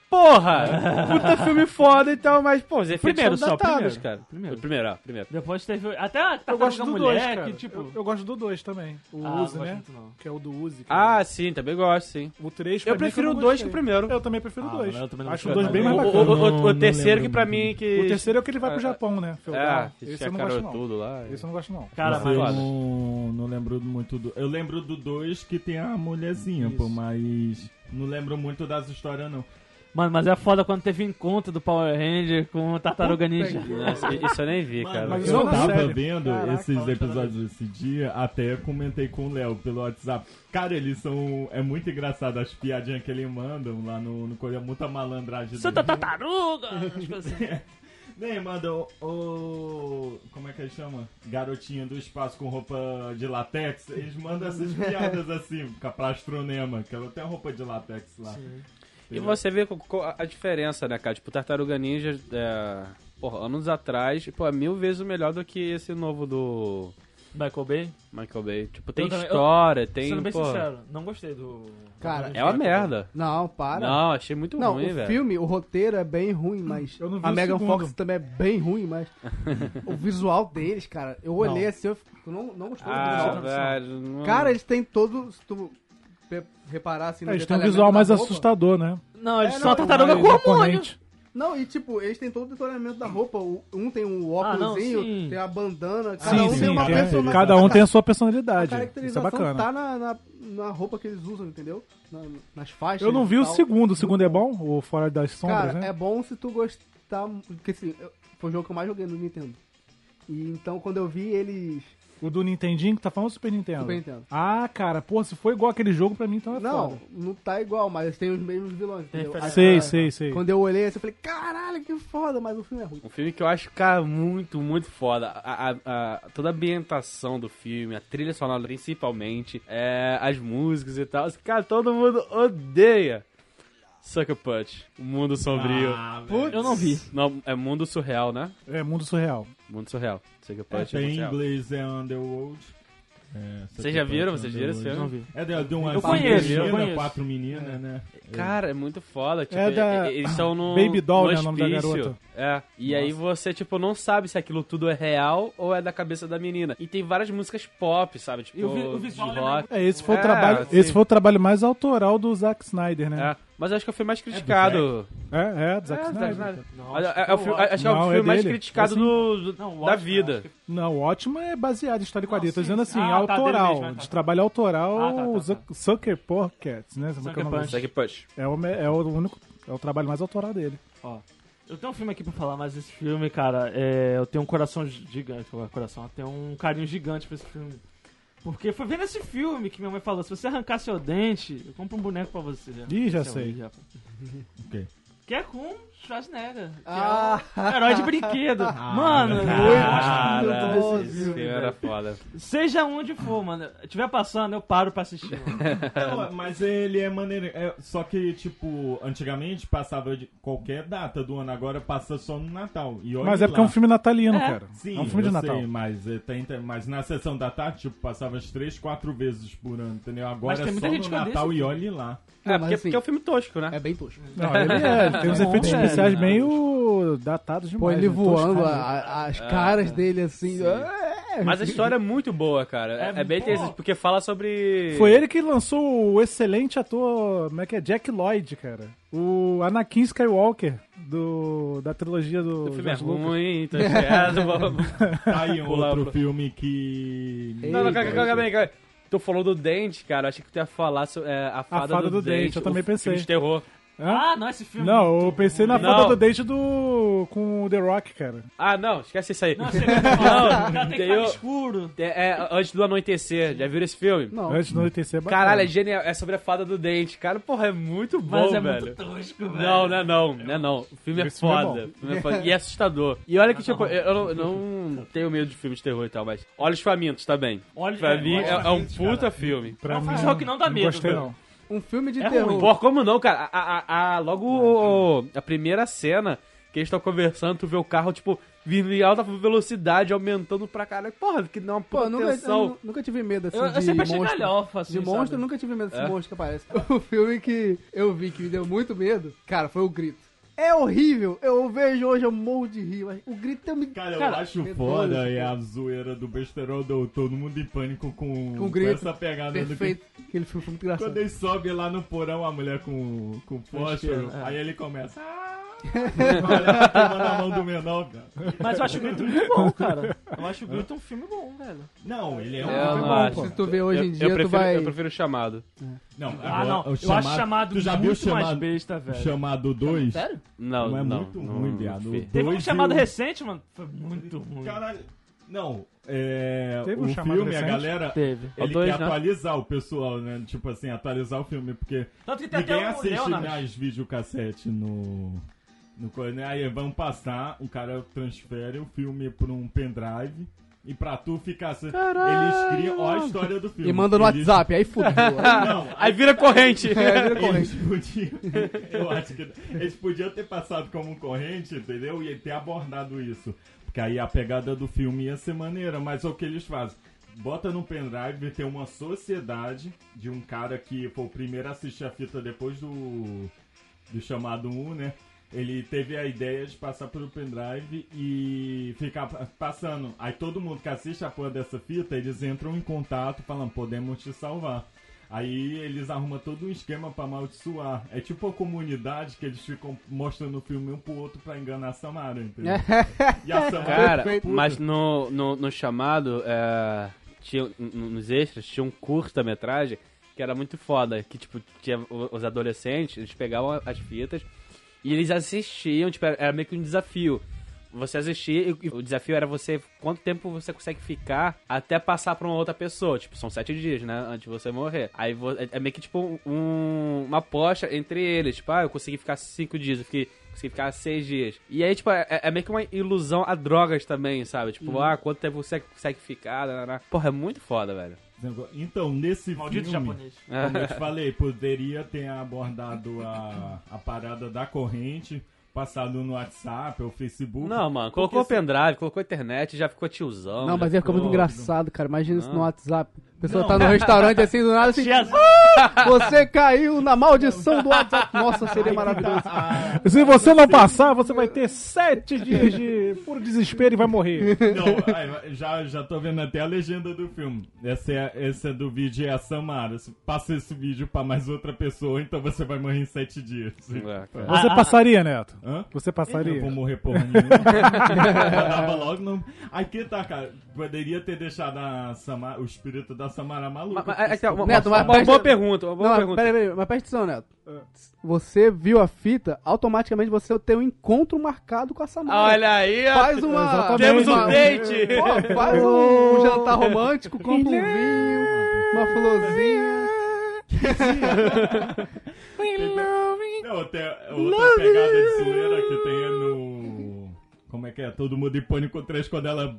Speaker 1: Porra! Puta filme foda e tal, mas, pô, os efeitos
Speaker 4: Primeiro
Speaker 1: são
Speaker 4: só,
Speaker 1: datados,
Speaker 4: primeiro.
Speaker 1: cara.
Speaker 4: Primeiro.
Speaker 1: O Primeiro, ó, primeiro.
Speaker 4: Depois teve. Até a
Speaker 5: Eu
Speaker 4: Tartaruga
Speaker 5: gosto do
Speaker 4: tá mulher,
Speaker 5: dois, cara.
Speaker 4: que tipo.
Speaker 5: eu, eu gosto do dois também. O Uzi,
Speaker 4: Ah, não gosto
Speaker 5: né?
Speaker 4: muito, não.
Speaker 5: Que é o do Uzi. que é
Speaker 1: Ah, sim, também gosto, sim.
Speaker 5: o 3
Speaker 1: Eu prefiro o dois que o primeiro.
Speaker 5: Eu também prefiro o
Speaker 4: Ah,
Speaker 5: dois.
Speaker 4: mas eu também não
Speaker 5: Acho o
Speaker 4: prefiro,
Speaker 5: dois
Speaker 4: mas
Speaker 5: bem
Speaker 1: o,
Speaker 5: mais
Speaker 1: o-
Speaker 5: bacana.
Speaker 1: o- o- o
Speaker 4: não
Speaker 1: terceiro
Speaker 4: lembro
Speaker 1: que pra mim que.
Speaker 5: O terceiro é o que ele vai pro
Speaker 1: Ah,
Speaker 5: Japão, né?
Speaker 1: É,
Speaker 5: Feudal.
Speaker 1: que
Speaker 5: Esse eu não gosto,
Speaker 1: chacarou
Speaker 5: não.
Speaker 1: tudo lá. é.
Speaker 5: Esse eu não gosto, não. É,
Speaker 4: Cara,
Speaker 1: Não
Speaker 4: mas.
Speaker 1: sei.
Speaker 2: Eu não, não lembro muito do. Eu lembro do 2 que tem a mulherzinha, pô, mas. Não lembro muito das histórias, não.
Speaker 4: Mano, mas é foda quando teve encontro do Power Ranger com o Tartaruga Ninja.
Speaker 1: Nossa, isso eu nem vi, cara.
Speaker 5: mas
Speaker 2: eu
Speaker 5: isso é uma
Speaker 2: tava
Speaker 5: série.
Speaker 2: vendo
Speaker 5: Caraca,
Speaker 2: esses
Speaker 5: olha,
Speaker 2: episódios esse dia, até comentei com o Léo pelo WhatsApp. Cara, eles são. É muito engraçado as piadinhas que eles mandam lá no, no coisa, muita malandragem.
Speaker 4: Santa
Speaker 2: deles.
Speaker 4: Tartaruga! Tipo assim.
Speaker 2: Nem mandam o. Como é que ele chama? Garotinha do espaço com roupa de latex. Eles mandam essas piadas assim, com a plastronema, que ela tem a roupa de latex lá.
Speaker 1: E você vê co- co- a diferença, né, cara? Tipo, Tartaruga Ninja, é, porra, anos atrás, tipo, é mil vezes melhor do que esse novo do
Speaker 4: Michael Bay.
Speaker 1: Michael Bay. Tipo, tem
Speaker 4: Eu também- eu-
Speaker 1: história, tem.
Speaker 4: Sendo bem
Speaker 1: porra,
Speaker 4: sincero, não gostei do.
Speaker 3: Cara,
Speaker 1: é uma merda.
Speaker 3: Não, para.
Speaker 1: Não, achei muito
Speaker 3: Não,
Speaker 1: ruim,
Speaker 3: o
Speaker 1: velho.
Speaker 3: filme, o roteiro é bem ruim, mas
Speaker 5: Eu não vi
Speaker 3: a
Speaker 5: o
Speaker 3: Megan
Speaker 5: segundo.
Speaker 3: Fox também é bem ruim, mas o visual deles, cara, eu olhei assim, eu fico- não, não gostei do
Speaker 1: Ah,
Speaker 3: visual.
Speaker 1: velho. não-
Speaker 3: Cara, eles têm todo, se tu pe- reparar assim, no
Speaker 5: É, eles têm um
Speaker 3: detalhamento
Speaker 5: visual mais
Speaker 3: da roupa.
Speaker 5: assustador, né?
Speaker 4: Não, eles
Speaker 3: É,
Speaker 4: são
Speaker 3: não,
Speaker 4: a tartaruga
Speaker 5: mais
Speaker 4: com hormônio.
Speaker 5: imponente.
Speaker 3: Não, e tipo, eles têm todo o detalhamento da roupa, o- um tem um
Speaker 4: Ah, não,
Speaker 3: óculosinho,
Speaker 4: sim.
Speaker 3: tem a bandana,
Speaker 5: Sim,
Speaker 3: cada um
Speaker 5: sim,
Speaker 3: tem uma
Speaker 5: tem-
Speaker 3: personalidade.
Speaker 5: Cada um tem a sua
Speaker 3: a
Speaker 5: personalidade. Isso é
Speaker 3: caracterização
Speaker 5: bacana.
Speaker 3: tá na, na, na roupa que eles usam, entendeu? Na- nas faixas
Speaker 5: Eu não vi
Speaker 3: e
Speaker 5: o
Speaker 3: tal.
Speaker 5: segundo. O segundo é bom? O Fora das Sombras,
Speaker 3: Cara,
Speaker 5: né?
Speaker 3: é bom se tu gostar. Porque assim, eu- foi o jogo que eu mais joguei no Nintendo. E então quando eu vi eles.
Speaker 5: O do Nintendinho que tá falando do Super Nintendo.
Speaker 3: Super Nintendo.
Speaker 5: Ah, cara, pô, se for igual aquele jogo, pra mim então é
Speaker 3: não,
Speaker 5: foda.
Speaker 3: não tá igual, mas eles têm os mesmos vilões. entendeu? Aí,
Speaker 5: Sei,
Speaker 3: cara,
Speaker 5: sei, sei.
Speaker 3: Quando eu olhei assim, eu falei, caralho, que foda, mas o filme é ruim.
Speaker 1: Um filme que eu acho, cara, muito, muito foda. A, a- a- toda a ambientação do filme, a trilha sonora principalmente, é, as músicas e tal. Cara, todo mundo odeia Sucker Punch. O mundo sombrio.
Speaker 5: Ah,
Speaker 2: Ah,
Speaker 4: Eu não vi.
Speaker 1: Não, é mundo surreal, né?
Speaker 5: É mundo surreal.
Speaker 1: Mundo surreal. Sucker
Speaker 2: É,
Speaker 1: Punch é, mundo
Speaker 2: tem em
Speaker 1: surreal.
Speaker 2: inglês é Underworld. É,
Speaker 1: Vocês já viram? Vocês viram esse
Speaker 2: Underworld.
Speaker 1: filme?
Speaker 2: É de, de uma
Speaker 4: Eu conheço, eu
Speaker 2: menina,
Speaker 4: conheço.
Speaker 2: quatro meninas, né?
Speaker 1: Cara, é muito foda. Tipo,
Speaker 5: É da-
Speaker 1: e- e- eles estão no.
Speaker 5: Baby Doll,
Speaker 1: no
Speaker 5: né, o nome da
Speaker 1: hospício.
Speaker 5: garota.
Speaker 1: É. E aí você, tipo, não sabe se aquilo tudo é real ou é da cabeça da menina. E tem várias músicas pop, sabe? Tipo,
Speaker 4: E o vi- o
Speaker 1: de
Speaker 4: visual lembra
Speaker 1: rock.
Speaker 5: É, esse foi,
Speaker 1: É,
Speaker 5: o trabalho,
Speaker 1: sim.
Speaker 5: esse foi o trabalho mais autoral do Zack Snyder, né?
Speaker 1: É, mas eu acho que eu fui mais criticado.
Speaker 5: É, é, do Zack Snyder.
Speaker 4: Não,
Speaker 1: Olha, é- é o filme- acho que é o
Speaker 5: Não,
Speaker 1: filme
Speaker 5: é
Speaker 1: mais
Speaker 5: dele.
Speaker 1: criticado
Speaker 5: Assim.
Speaker 1: do, do-
Speaker 4: Não, o
Speaker 1: da
Speaker 4: Watchmen,
Speaker 1: vida.
Speaker 4: acho que-
Speaker 5: Não, o ótimo é baseado em história de quadrinhos. Tô
Speaker 4: sim,
Speaker 5: dizendo
Speaker 4: sim.
Speaker 5: assim,
Speaker 4: Ah, tá,
Speaker 5: autoral.
Speaker 4: dele mesmo, tá,
Speaker 5: de
Speaker 4: tá.
Speaker 5: trabalho autoral,
Speaker 4: Ah, tá, tá,
Speaker 5: Zuc- Sucker Pockets, né? Como é que é o
Speaker 4: Sucker
Speaker 5: nome?
Speaker 4: Punch.
Speaker 1: Segue Punch.
Speaker 5: É o, me- é o único. É o trabalho mais autoral dele.
Speaker 4: Ó, eu tenho um filme aqui pra falar, mas esse filme, cara, é, eu tenho um coração gigante, coração, eu tenho um carinho gigante pra esse filme. Porque foi vendo esse filme que minha mãe falou, se você arrancar seu dente, eu compro um boneco pra você. é
Speaker 5: Ih, já
Speaker 4: Seu
Speaker 5: sei.
Speaker 4: Ih, já.
Speaker 2: quê?
Speaker 4: Que é com Schwarzenegger, que
Speaker 3: Ah,
Speaker 4: é o herói de brinquedo.
Speaker 5: Ah.
Speaker 4: Mano,
Speaker 1: Cara,
Speaker 3: muito bom,
Speaker 1: esse filme era foda.
Speaker 4: seja onde for, mano, tiver passando, eu paro pra assistir. mano.
Speaker 2: Não, mas ele é maneiro. é, só que, tipo, antigamente passava de qualquer data do ano, agora passa só no Natal. E olha
Speaker 5: Mas é porque é um
Speaker 2: lá.
Speaker 5: filme natalino,
Speaker 4: É.
Speaker 5: cara.
Speaker 2: Sim,
Speaker 5: é um filme de
Speaker 2: eu
Speaker 5: Natal.
Speaker 2: sei, mas, é, tem- tem- mas na sessão da tarde, tipo, passava as três, quatro vezes por ano, entendeu? Agora
Speaker 4: Mas tem
Speaker 2: é
Speaker 4: muita
Speaker 2: só
Speaker 4: gente
Speaker 2: no
Speaker 4: que odeia
Speaker 2: Natal e olhe lá.
Speaker 1: É,
Speaker 3: mas
Speaker 1: porque,
Speaker 3: assim-
Speaker 1: porque é um filme tosco, né?
Speaker 3: é bem tosco.
Speaker 5: Não, ele é, ele tem uns
Speaker 4: É
Speaker 5: efeitos
Speaker 4: bom,
Speaker 5: especiais
Speaker 4: velho.
Speaker 5: meio datados demais.
Speaker 3: Pô, ele
Speaker 5: né?
Speaker 3: voando,
Speaker 5: Toscado.
Speaker 3: a-
Speaker 4: É,
Speaker 3: as caras dele assim. é.
Speaker 1: Mas a história é muito boa, cara. É,
Speaker 4: É
Speaker 1: é bem
Speaker 4: boa.
Speaker 1: interessante, porque fala sobre.
Speaker 5: Foi ele que lançou o excelente ator, como é que é? Jack Lloyd, cara. O Anakin Skywalker, do, da trilogia do.
Speaker 1: O filme é
Speaker 5: George Lucas.
Speaker 1: ruim, tá ligado? Vamos-
Speaker 2: Tá aí um
Speaker 1: Pular
Speaker 2: outro
Speaker 1: pro-
Speaker 2: filme que.
Speaker 1: Não, não, calma, calma, calma aí, calma aí. Tu falou do dente, cara. Achei que tu ia falar sobre, é, a, fada do,
Speaker 5: Fada do
Speaker 1: dente.
Speaker 5: Dente, eu também
Speaker 1: o filme
Speaker 5: pensei.
Speaker 1: de terror.
Speaker 5: Hã?
Speaker 4: Ah, não, esse filme.
Speaker 5: Não, eu pensei na
Speaker 1: Não.
Speaker 5: foto do date do. com o The Rock, cara.
Speaker 1: Ah, não, esquece isso aí.
Speaker 4: Não, você não, tem que
Speaker 1: tem
Speaker 4: ficar
Speaker 1: o-
Speaker 4: escuro.
Speaker 1: É, é, antes do anoitecer, já viram esse filme?
Speaker 3: Não.
Speaker 5: Antes do anoitecer é bacana.
Speaker 1: Caralho, é genial. É sobre a fada do dente. Cara, porra, é muito bom,
Speaker 4: Mas é
Speaker 1: velho.
Speaker 4: muito tosco, velho.
Speaker 1: Não, não é não, não é não. O filme é
Speaker 5: Esse filme é
Speaker 1: foda.
Speaker 5: bom.
Speaker 1: O filme é foda. E é assustador. E olha que, tipo, eu, eu não, eu não tenho medo de filmes de terror e tal, mas Olhos Famintos, tá bem.
Speaker 4: Olha,
Speaker 1: Pra mim, é,
Speaker 4: olha,
Speaker 1: é um puta filme.
Speaker 5: Pra
Speaker 4: Não,
Speaker 5: mim,
Speaker 4: só que não dá medo,
Speaker 5: Gostei,
Speaker 4: velho.
Speaker 5: não.
Speaker 3: Um filme de
Speaker 4: É
Speaker 3: terror.
Speaker 4: ruim.
Speaker 1: Pô, como não, cara? A, a- a- logo o- o- a primeira cena que eles estão conversando, tu vê o carro, tipo, vindo em alta velocidade, aumentando pra caralho. Porra, que dá uma
Speaker 3: Pô,
Speaker 1: puta
Speaker 3: eu nunca, eu
Speaker 1: tensão.
Speaker 3: nu- nunca tive medo assim
Speaker 4: Eu, eu
Speaker 3: de
Speaker 4: sempre achei
Speaker 3: monstro.
Speaker 4: galhofa, assim,
Speaker 3: De monstro, eu
Speaker 4: sabe?
Speaker 3: nunca tive medo desse
Speaker 1: É?
Speaker 3: monstro que aparece. O filme que eu vi que me deu muito medo, cara, foi o grito. É horrível. Eu vejo hoje, eu morro de rir. mas O grito eu me...
Speaker 2: Cara,
Speaker 4: Cara,
Speaker 2: eu acho
Speaker 3: medoso,
Speaker 2: foda
Speaker 3: cara.
Speaker 2: é a zoeira do besterol do Todo Mundo em Pânico com,
Speaker 3: Com grito.
Speaker 2: essa pegada do
Speaker 3: Perfeito. Aquele filme foi muito
Speaker 2: que... Quando
Speaker 3: engraçado.
Speaker 2: ele sobe lá no porão, a mulher com, com fósforo,
Speaker 4: é,
Speaker 2: aí ele começa... "Ah", Olha, toma na mão do menor, cara.
Speaker 4: Mas eu acho o Grito muito bom, cara. Eu
Speaker 2: É.
Speaker 4: acho o Grito um filme bom, velho.
Speaker 2: Não, ele é um...
Speaker 1: Eu não
Speaker 2: bom,
Speaker 1: acho.
Speaker 2: pô.
Speaker 3: Se tu vê hoje
Speaker 1: Eu-
Speaker 3: em
Speaker 1: eu
Speaker 3: dia,
Speaker 1: prefiro-
Speaker 3: tu vai...
Speaker 1: Eu prefiro o chamado.
Speaker 2: Não,
Speaker 4: Ah,
Speaker 2: agora,
Speaker 4: não.
Speaker 2: o
Speaker 4: Eu
Speaker 2: chamado-
Speaker 4: acho chamado
Speaker 2: tu já viu o
Speaker 4: muito mais
Speaker 2: chamado,
Speaker 4: besta, velho.
Speaker 2: chamado 2?
Speaker 4: Sério?
Speaker 1: Não,
Speaker 2: Não, é
Speaker 1: não.
Speaker 2: muito
Speaker 1: não,
Speaker 2: ruim, viado.
Speaker 1: vi.
Speaker 4: Teve um
Speaker 2: Dois
Speaker 4: chamado
Speaker 2: e um-
Speaker 4: recente, mano. Foi muito ruim.
Speaker 2: Caralho. Não, é,
Speaker 5: Teve um
Speaker 2: o
Speaker 5: chamado
Speaker 2: filme,
Speaker 5: recente?
Speaker 2: a galera,
Speaker 4: Teve.
Speaker 1: O
Speaker 2: ele
Speaker 1: dois,
Speaker 2: quer
Speaker 1: né?
Speaker 2: atualizar o pessoal, né? Tipo assim, atualizar o filme, porque
Speaker 4: Tanto que tem até um
Speaker 2: ninguém
Speaker 4: o
Speaker 2: assiste né?
Speaker 4: Leonard.
Speaker 2: mais videocassete no... no coisa, né? Aí vão passar, o cara transfere o filme pra um pendrive e pra tu ficar... assim, Eles criam ó, a história do filme.
Speaker 3: E manda no
Speaker 2: Eles-
Speaker 3: WhatsApp, aí fudeu.
Speaker 2: Não,
Speaker 1: Aí vira corrente.
Speaker 3: É,
Speaker 2: Eles podiam, eu acho que eles podiam ter passado como um corrente, entendeu? E ter abordado isso. Porque aí a pegada do filme ia ser maneira, mas é o que eles fazem. Bota no pendrive, tem uma sociedade de um cara que foi o primeiro a assistir a fita depois do, do chamado 1, né? Ele teve a ideia de passar pelo pendrive e ficar pa- passando. Aí todo mundo que assiste a porra dessa fita, eles entram em contato falando, podemos te salvar. Aí eles arrumam todo um esquema pra amaldiçoar. É tipo a comunidade que eles ficam mostrando o filme um pro outro pra enganar a Samara, entendeu? e a Samara
Speaker 1: Cara,
Speaker 2: fica puta.
Speaker 1: mas no, no, no chamado, é, tinha, n- n- nos extras, tinha um curta-metragem que era muito foda. Que, tipo, tinha o- os adolescentes, eles pegavam as fitas e eles assistiam, tipo, era, era meio que um desafio. Você assistia e, e o desafio era você, quanto tempo você consegue ficar até passar pra uma outra pessoa. Tipo, são sete dias, né? Antes de você morrer. Aí vo- é, é meio que, tipo, um- uma aposta entre eles. Tipo, ah, eu consegui ficar cinco dias, eu fiquei consegui ficar seis dias. E aí, tipo, é, é meio que uma ilusão a drogas também, sabe? Tipo,
Speaker 3: Uhum.
Speaker 1: ah, quanto tempo você consegue ficar, nananá. Porra, é muito foda, velho.
Speaker 2: Então, nesse
Speaker 4: Maldito
Speaker 2: filme...
Speaker 4: japonês.
Speaker 2: Como eu te falei, poderia ter abordado a, a parada da corrente, passado no WhatsApp ou
Speaker 3: Uhum.
Speaker 2: Facebook.
Speaker 1: Não, mano, colocou o
Speaker 2: Porque
Speaker 1: pendrive, colocou a internet, já ficou tiozão.
Speaker 3: Não,
Speaker 1: já É,
Speaker 3: mas é ia ficar muito
Speaker 1: ficou-
Speaker 3: engraçado, cara. Imagina isso
Speaker 1: Não.
Speaker 3: no WhatsApp. A pessoa
Speaker 2: Não.
Speaker 3: tá no restaurante assim, do nada, assim...
Speaker 4: Jesus.
Speaker 3: "Ah, Você caiu na maldição do WhatsApp. Nossa, seria maravilhoso.
Speaker 2: Ah,
Speaker 5: Se você não passar, você vai ter sete dias de puro desespero e vai morrer.
Speaker 2: não, ai, já, já tô vendo até a legenda do filme. Essa é, essa é do vídeo é a Samara. Se Passa esse vídeo pra mais outra pessoa, então você vai morrer em sete dias.
Speaker 1: É, cara.
Speaker 5: Você
Speaker 4: Ah, ah,
Speaker 5: passaria, Neto?
Speaker 2: Hã?
Speaker 5: Você
Speaker 2: Eu
Speaker 5: passaria?
Speaker 2: vou morrer porra nenhuma. Já dava logo no... Aqui tá, cara. Poderia ter deixado a Samara, o espírito da Samara maluca.
Speaker 1: Mas- mas- é que é uma,
Speaker 3: Neto, mas
Speaker 1: uma boa
Speaker 3: presta-
Speaker 1: pergunta, uma boa
Speaker 3: Não, mas
Speaker 1: pergunta.
Speaker 3: peraí, peraí, mas presta atenção, Neto.
Speaker 1: Ah.
Speaker 3: Você viu a fita, automaticamente você tem um encontro marcado com a Samara.
Speaker 1: Ah, Olha aí, ó.
Speaker 3: faz uma.
Speaker 5: Exatamente.
Speaker 1: temos um
Speaker 5: uma-
Speaker 1: date.
Speaker 3: Pô, faz um, jantar romântico, compra um vinho, uma florzinha.
Speaker 2: Não, até É outra pegada de zoeira que tem é no. Como é que é? Todo mundo em pânico 3 quando ela.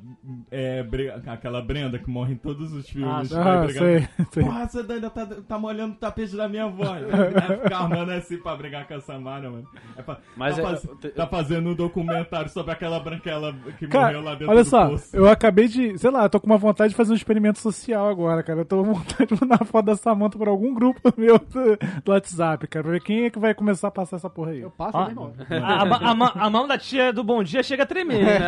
Speaker 2: É, bre- aquela Brenda que morre em todos os filmes.
Speaker 4: Ah,
Speaker 2: vai
Speaker 5: Ah,
Speaker 2: brigar-
Speaker 5: sei, sei.
Speaker 2: Porra, essa doida tá, tá molhando o tapete da minha avó. Ela fica armando assim pra brigar com a Samara, mano. É pra-
Speaker 1: Mas
Speaker 2: tá,
Speaker 1: é-
Speaker 2: faz-
Speaker 1: eu te-
Speaker 2: tá fazendo um documentário sobre aquela branquela que
Speaker 5: Cara,
Speaker 2: morreu lá dentro
Speaker 5: olha
Speaker 2: do
Speaker 5: só,
Speaker 2: poço.
Speaker 5: eu acabei de, sei lá, eu tô com uma vontade de fazer um experimento social agora, cara. Eu tô com vontade de mandar a foto da Samanta pra algum grupo meu do, do WhatsApp, cara, pra ver quem é que vai começar a passar essa porra aí.
Speaker 3: Eu passo
Speaker 4: Ah.
Speaker 3: ah. hora.
Speaker 4: A, a ma- a ma- a mão da tia do Bom Dia chega a tremer, né?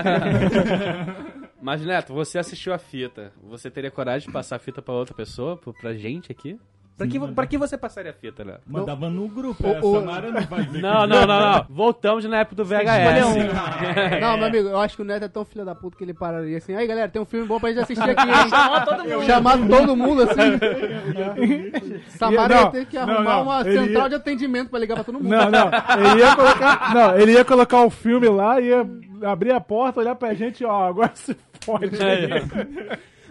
Speaker 1: Mas, Neto, você assistiu a fita. Você teria coragem de passar a fita pra outra pessoa, pro- pra gente aqui? Pra que, pra que você passaria a fita, né?
Speaker 2: Mandava no grupo,
Speaker 3: Ô,
Speaker 2: é,
Speaker 3: ô.
Speaker 2: Samara não vai ver.
Speaker 1: Não,
Speaker 2: que-
Speaker 1: não, não, não. Voltamos na época do
Speaker 3: Escolha
Speaker 1: VHS.
Speaker 3: um. Não, meu amigo, eu acho que o Neto é tão filho da puta que ele pararia assim. Aí, galera, tem um filme bom pra gente assistir aqui, hein?
Speaker 4: todo mundo.
Speaker 3: Chamado todo mundo, assim. Samara
Speaker 5: Não,
Speaker 3: ia ter que
Speaker 5: não,
Speaker 3: arrumar
Speaker 5: não,
Speaker 3: uma
Speaker 5: ele
Speaker 3: central
Speaker 5: ia-
Speaker 3: de atendimento pra ligar pra todo mundo.
Speaker 5: Não, não. Ele ia colocar. Não, ele ia colocar o filme lá, ia abrir a porta, olhar pra gente, ó, agora se fode.
Speaker 2: É,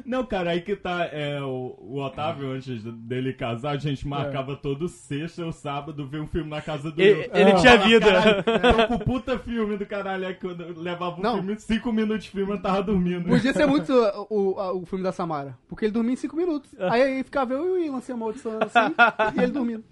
Speaker 2: Não, cara, aí que tá. é, o, o Otávio, antes dele casar, a gente
Speaker 5: É.
Speaker 2: marcava todo sexta ou sábado ver um filme na casa do.
Speaker 1: Ele- ele
Speaker 2: Eu
Speaker 1: tinha
Speaker 2: falava,
Speaker 1: vida.
Speaker 2: "Caralho, Tô com puta filme do caralho. Aí quando eu levava um
Speaker 3: Não.
Speaker 2: filme, cinco minutos de filme eu tava dormindo.
Speaker 3: Podia ser muito uh, o, a- o filme da Samara. Porque ele dormia em 5 minutos. Aí, aí ficava eu e o Ilan se amaldiçoando assim, e ele dormindo.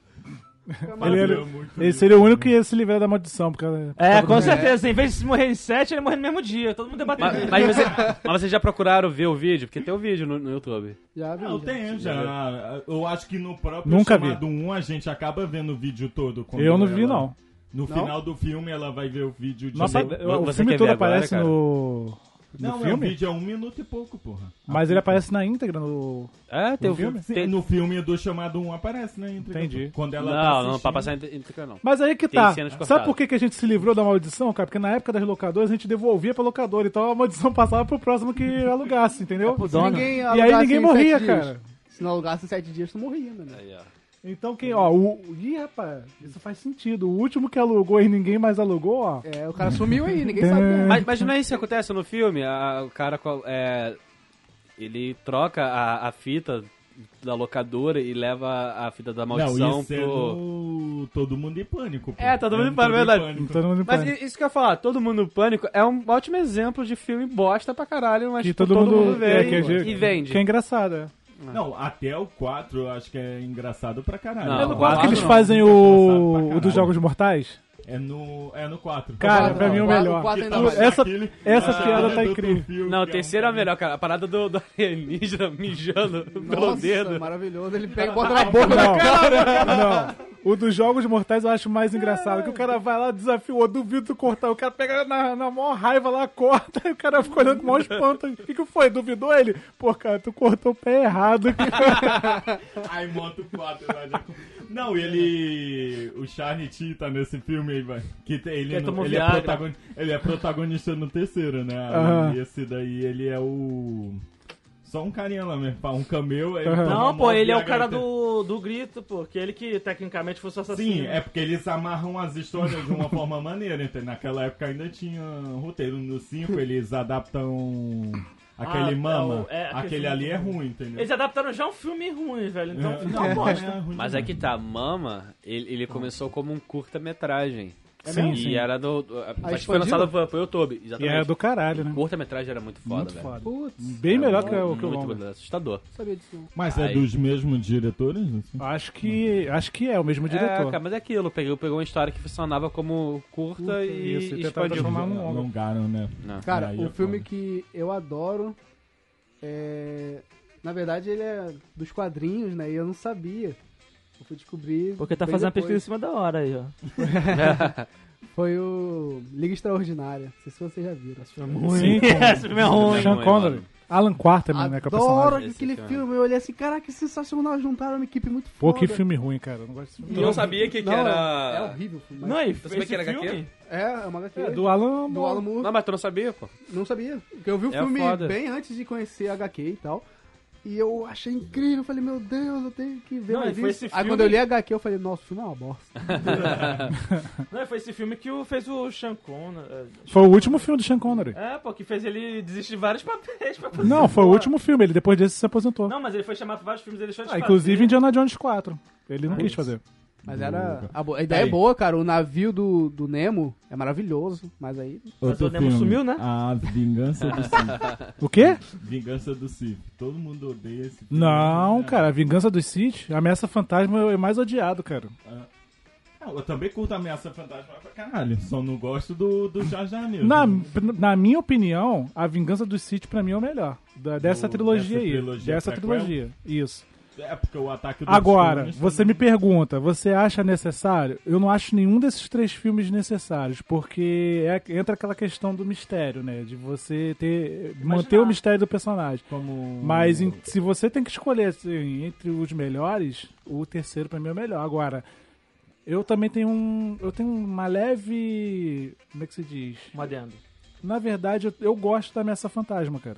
Speaker 5: Ele, era-
Speaker 2: Maravilha, é muito
Speaker 5: ele seria o único que ia se livrar da maldição, porque ela-
Speaker 4: É, com certeza. Em vez de morrer em sete, ele morre no mesmo dia. Todo mundo debatendo.
Speaker 1: Mas, mas você- mas vocês já procuraram ver o vídeo? Porque tem o vídeo no, no YouTube.
Speaker 3: Já, vi,
Speaker 2: Não,
Speaker 3: já.
Speaker 2: tem já. Eu acho que no próprio
Speaker 5: Nunca vi.
Speaker 2: chamado 1 a gente acaba vendo o vídeo todo. quando
Speaker 5: eu não
Speaker 2: ela-
Speaker 5: vi, não.
Speaker 2: No final do filme ela vai ver o vídeo de
Speaker 5: Nossa,
Speaker 2: novo.
Speaker 5: o
Speaker 1: você
Speaker 5: filme
Speaker 1: quer
Speaker 5: todo
Speaker 1: ver agora,
Speaker 5: aparece
Speaker 1: cara?
Speaker 5: no. No
Speaker 2: Não, é um
Speaker 5: filme?
Speaker 2: vídeo é um minuto e pouco, porra.
Speaker 5: Mas ele aparece na íntegra no.
Speaker 1: É, tem o
Speaker 5: filme?
Speaker 1: filme.
Speaker 2: Sim,
Speaker 1: Tem-
Speaker 2: No filme do chamado 1 aparece, né? Entre
Speaker 5: Entendi.
Speaker 2: Quando ela tá
Speaker 1: Não, não,
Speaker 2: assistindo.
Speaker 1: pra passar entre, entre não.
Speaker 5: Mas aí que
Speaker 1: Tem
Speaker 5: tá.
Speaker 1: cenas
Speaker 5: Sabe
Speaker 1: cortadas.
Speaker 5: por que, que a gente se livrou da maldição, cara? Porque na época das locadoras a gente devolvia pra locadora, então a maldição passava pro próximo que alugasse, entendeu?
Speaker 3: Se ninguém
Speaker 5: E aí
Speaker 3: alugasse
Speaker 5: ninguém
Speaker 3: em
Speaker 5: morria,
Speaker 3: sete
Speaker 5: cara.
Speaker 3: dias. Se não alugasse em 7 dias, tu morria, né? né?
Speaker 1: Aí, ó.
Speaker 5: Então quem, ó, o. Ih, rapaz, isso faz sentido. O último que alugou e ninguém mais alugou, ó.
Speaker 3: É, o cara sumiu aí, ninguém sabe. quem é.
Speaker 1: Mas, mas não é isso que acontece no filme? A- o cara co- é, ele troca a, a fita da locadora e leva a fita da maldição
Speaker 2: Não, isso é
Speaker 1: pro.
Speaker 2: no Todo Mundo em Pânico, pô.
Speaker 1: É, Todo Mundo
Speaker 2: no
Speaker 1: em Pânico, verdade.
Speaker 2: Pânico.
Speaker 5: Todo mundo em
Speaker 1: Mas
Speaker 5: pânico.
Speaker 1: i- isso que eu ia falar, Todo Mundo no Pânico é um ótimo exemplo de filme bosta pra caralho, mas
Speaker 5: Que
Speaker 1: tipo, todo, mundo, vê
Speaker 5: é,
Speaker 1: e-
Speaker 5: que é-
Speaker 1: e vende.
Speaker 5: Que é engraçado, é.
Speaker 2: Não, até o 4 eu acho que é engraçado pra caralho.
Speaker 1: Não,
Speaker 2: É
Speaker 5: É
Speaker 1: no
Speaker 5: no
Speaker 1: Claro
Speaker 5: quarto que
Speaker 1: que
Speaker 5: eles
Speaker 1: não.
Speaker 5: fazem
Speaker 2: Engraçado pra
Speaker 5: o, o
Speaker 2: caralho.
Speaker 5: dos Jogos Mortais?
Speaker 2: É no, é no 4.
Speaker 5: Cara,
Speaker 3: Quatro,
Speaker 5: pra mim é o
Speaker 3: não, quatro-
Speaker 5: melhor.
Speaker 3: quatro
Speaker 2: tá
Speaker 3: ainda
Speaker 5: Aquilo-
Speaker 3: mais.
Speaker 5: essa, essa piada tá incrível.
Speaker 1: Não,
Speaker 2: um
Speaker 1: o terceiro é a melhor, cara. A parada do, do alienígena mijando pelo
Speaker 3: Nossa,
Speaker 1: dedo.
Speaker 3: maravilhoso. Ele pega e bota na boca.
Speaker 5: Não, não. O dos Jogos Mortais eu acho mais engraçado. Que o cara vai lá, desafio, eu duvido tu cortar. O cara pega na, na maior raiva lá, corta. E o cara fica olhando com o maior espanto. O que, que foi? Duvidou ele? Pô, cara, tu cortou o pé errado.
Speaker 2: Ai, moto 4. vai já. Não, ele... O Charlie T tá nesse filme aí, vai. Que tem- ele,
Speaker 1: Ele
Speaker 2: não-
Speaker 1: tomou
Speaker 2: ele, é
Speaker 1: Viagra.
Speaker 2: protagonista, ele é protagonista no terceiro, né?
Speaker 5: Aham.
Speaker 2: E esse daí, ele é o... Só um carinha lá mesmo, pá, um cameu. ele
Speaker 5: Aham.
Speaker 2: toma
Speaker 4: Não, pô,
Speaker 2: mó
Speaker 4: ele é o
Speaker 2: Viagra
Speaker 4: cara assim,
Speaker 2: até-
Speaker 4: do, do grito, pô. Que ele que tecnicamente fosse o assassino.
Speaker 2: Sim, é porque eles amarram as histórias de uma forma maneira, entendeu? Naquela época ainda tinha roteiro. No 5 eles adaptam
Speaker 4: Ah,
Speaker 2: aquele
Speaker 4: é o-
Speaker 2: mama.
Speaker 4: é, aquele
Speaker 2: aquele
Speaker 4: filme
Speaker 2: ali é
Speaker 4: do-
Speaker 2: ruim, entendeu?
Speaker 4: Eles adaptaram já um filme ruim, velho. Então,
Speaker 2: É,
Speaker 4: não bosta.
Speaker 2: é ruim
Speaker 1: Mas é
Speaker 2: demais.
Speaker 1: que tá, Mama, ele, ele começou como um curta-metragem. e
Speaker 5: Sim, É sim. Ah,
Speaker 1: era do. do- Mas foi
Speaker 3: expandiu?
Speaker 1: lançado pro, pro YouTube.
Speaker 5: E
Speaker 1: Exatamente.
Speaker 5: é do caralho, né?
Speaker 1: Curta-metragem era muito foda,
Speaker 5: Muito
Speaker 1: velho.
Speaker 5: foda.
Speaker 3: Putz,
Speaker 5: Bem melhor que o que o
Speaker 1: Muito
Speaker 5: longa.
Speaker 1: bonito, assustador.
Speaker 3: não sabia disso não.
Speaker 2: Mas é
Speaker 1: Ai.
Speaker 2: dos mesmos diretores? assim?
Speaker 5: Acho que, acho que é o mesmo
Speaker 1: É,
Speaker 5: diretor.
Speaker 1: cara, mas é aquilo, pegou, pegou uma história que funcionava como curta,
Speaker 5: Curta,
Speaker 1: e,
Speaker 5: isso, e
Speaker 1: e
Speaker 5: tentava
Speaker 1: expandiu.
Speaker 5: transformar um num- longa.
Speaker 2: Alongaram, né?
Speaker 1: Não.
Speaker 3: Cara,
Speaker 2: Aí
Speaker 3: o
Speaker 2: é
Speaker 3: filme
Speaker 2: foda.
Speaker 3: que eu adoro é. Na verdade, ele é dos quadrinhos, né? E eu não sabia. Eu fui descobrir.
Speaker 4: Porque tá
Speaker 3: bem
Speaker 4: fazendo a
Speaker 3: depois.
Speaker 4: pesquisa em cima da hora aí, ó.
Speaker 3: Foi o Liga Extraordinária. Não sei se vocês já viram.
Speaker 5: Sim, com
Speaker 4: Esse filme é ruim.
Speaker 5: Sean
Speaker 1: Ruim,
Speaker 5: Connery.
Speaker 1: mano.
Speaker 5: Alan Quarterman, né? Que é o
Speaker 3: Adoro
Speaker 5: personagem.
Speaker 1: personagem.
Speaker 3: aquele
Speaker 1: Esse filme.
Speaker 3: filme. Eu olhei assim, caraca, que sensacional. Juntaram uma equipe muito
Speaker 5: Pô,
Speaker 3: foda.
Speaker 5: que filme ruim, cara. Eu não gosto desse filme.
Speaker 1: E eu sabia que, que
Speaker 3: Não, É
Speaker 1: era.
Speaker 3: horrível o filme.
Speaker 4: Não, e
Speaker 1: Tu sabia
Speaker 4: esse
Speaker 1: que era
Speaker 4: filme?
Speaker 1: HQ?
Speaker 3: É, é uma HQ.
Speaker 5: É, do Alan...
Speaker 3: do Alan Moore.
Speaker 1: Não, mas tu não sabia, pô.
Speaker 3: Não sabia. Porque eu vi o
Speaker 1: É
Speaker 3: filme
Speaker 1: foda.
Speaker 3: bem antes de conhecer a HQ e tal. E eu achei incrível, eu falei, meu Deus, eu tenho que ver
Speaker 4: Não, e
Speaker 3: mais
Speaker 4: foi
Speaker 3: isso.
Speaker 4: esse
Speaker 3: Aí
Speaker 4: filme-
Speaker 3: quando eu li a HQ, eu falei, nossa, o filme é uma bosta.
Speaker 4: Não, foi esse filme que o- fez o Sean Connery.
Speaker 5: Foi o último filme do Sean Connery.
Speaker 4: É, pô, que fez ele desistir de vários papéis pra fazer.
Speaker 5: Não, foi o último filme. Ele depois desse se aposentou.
Speaker 4: Não, mas ele foi chamado pra vários filmes, ele deixou de
Speaker 5: Ah,
Speaker 4: fazer.
Speaker 5: inclusive Indiana Jones 4. Ele não
Speaker 2: É
Speaker 4: Ah,
Speaker 5: quis
Speaker 4: isso.
Speaker 5: fazer.
Speaker 3: Mas era. A, bo- a ideia
Speaker 2: Aí.
Speaker 3: é boa, cara. O navio do, do Nemo é maravilhoso, mas aí.
Speaker 2: Outro
Speaker 4: o Nemo sumiu, né?
Speaker 2: A Vingança do Sith.
Speaker 5: O quê?
Speaker 2: Vingança do Sith. Todo mundo odeia esse filme.
Speaker 5: Não,
Speaker 2: né?
Speaker 5: cara. A Vingança dos Sith, Ameaça Fantasma é mais odiado, cara.
Speaker 2: Ah, eu também curto Ameaça Fantasma pra caralho. Só não gosto do, do Jar Jar mesmo.
Speaker 5: Na, na minha opinião, a Vingança dos Sith pra mim é o melhor. Da- dessa
Speaker 2: Do-
Speaker 5: trilogia
Speaker 2: dessa
Speaker 5: aí.
Speaker 2: trilogia é
Speaker 5: dessa
Speaker 2: prequel?
Speaker 5: trilogia. Isso.
Speaker 2: É porque o ataque dos
Speaker 5: Agora,
Speaker 2: Clones
Speaker 5: você me pergunta, você acha necessário? Eu não acho nenhum desses três filmes necessários, porque é- entra aquela questão do mistério, né? De você ter manter o mistério do personagem.
Speaker 2: Como...
Speaker 5: Mas em- se você tem que escolher assim, entre os melhores, o terceiro pra mim é o melhor. Agora, eu também tenho um, eu tenho uma leve, como é que se diz?
Speaker 4: Um adendo.
Speaker 5: Na verdade, eu, eu gosto da Ameaça Fantasma, cara.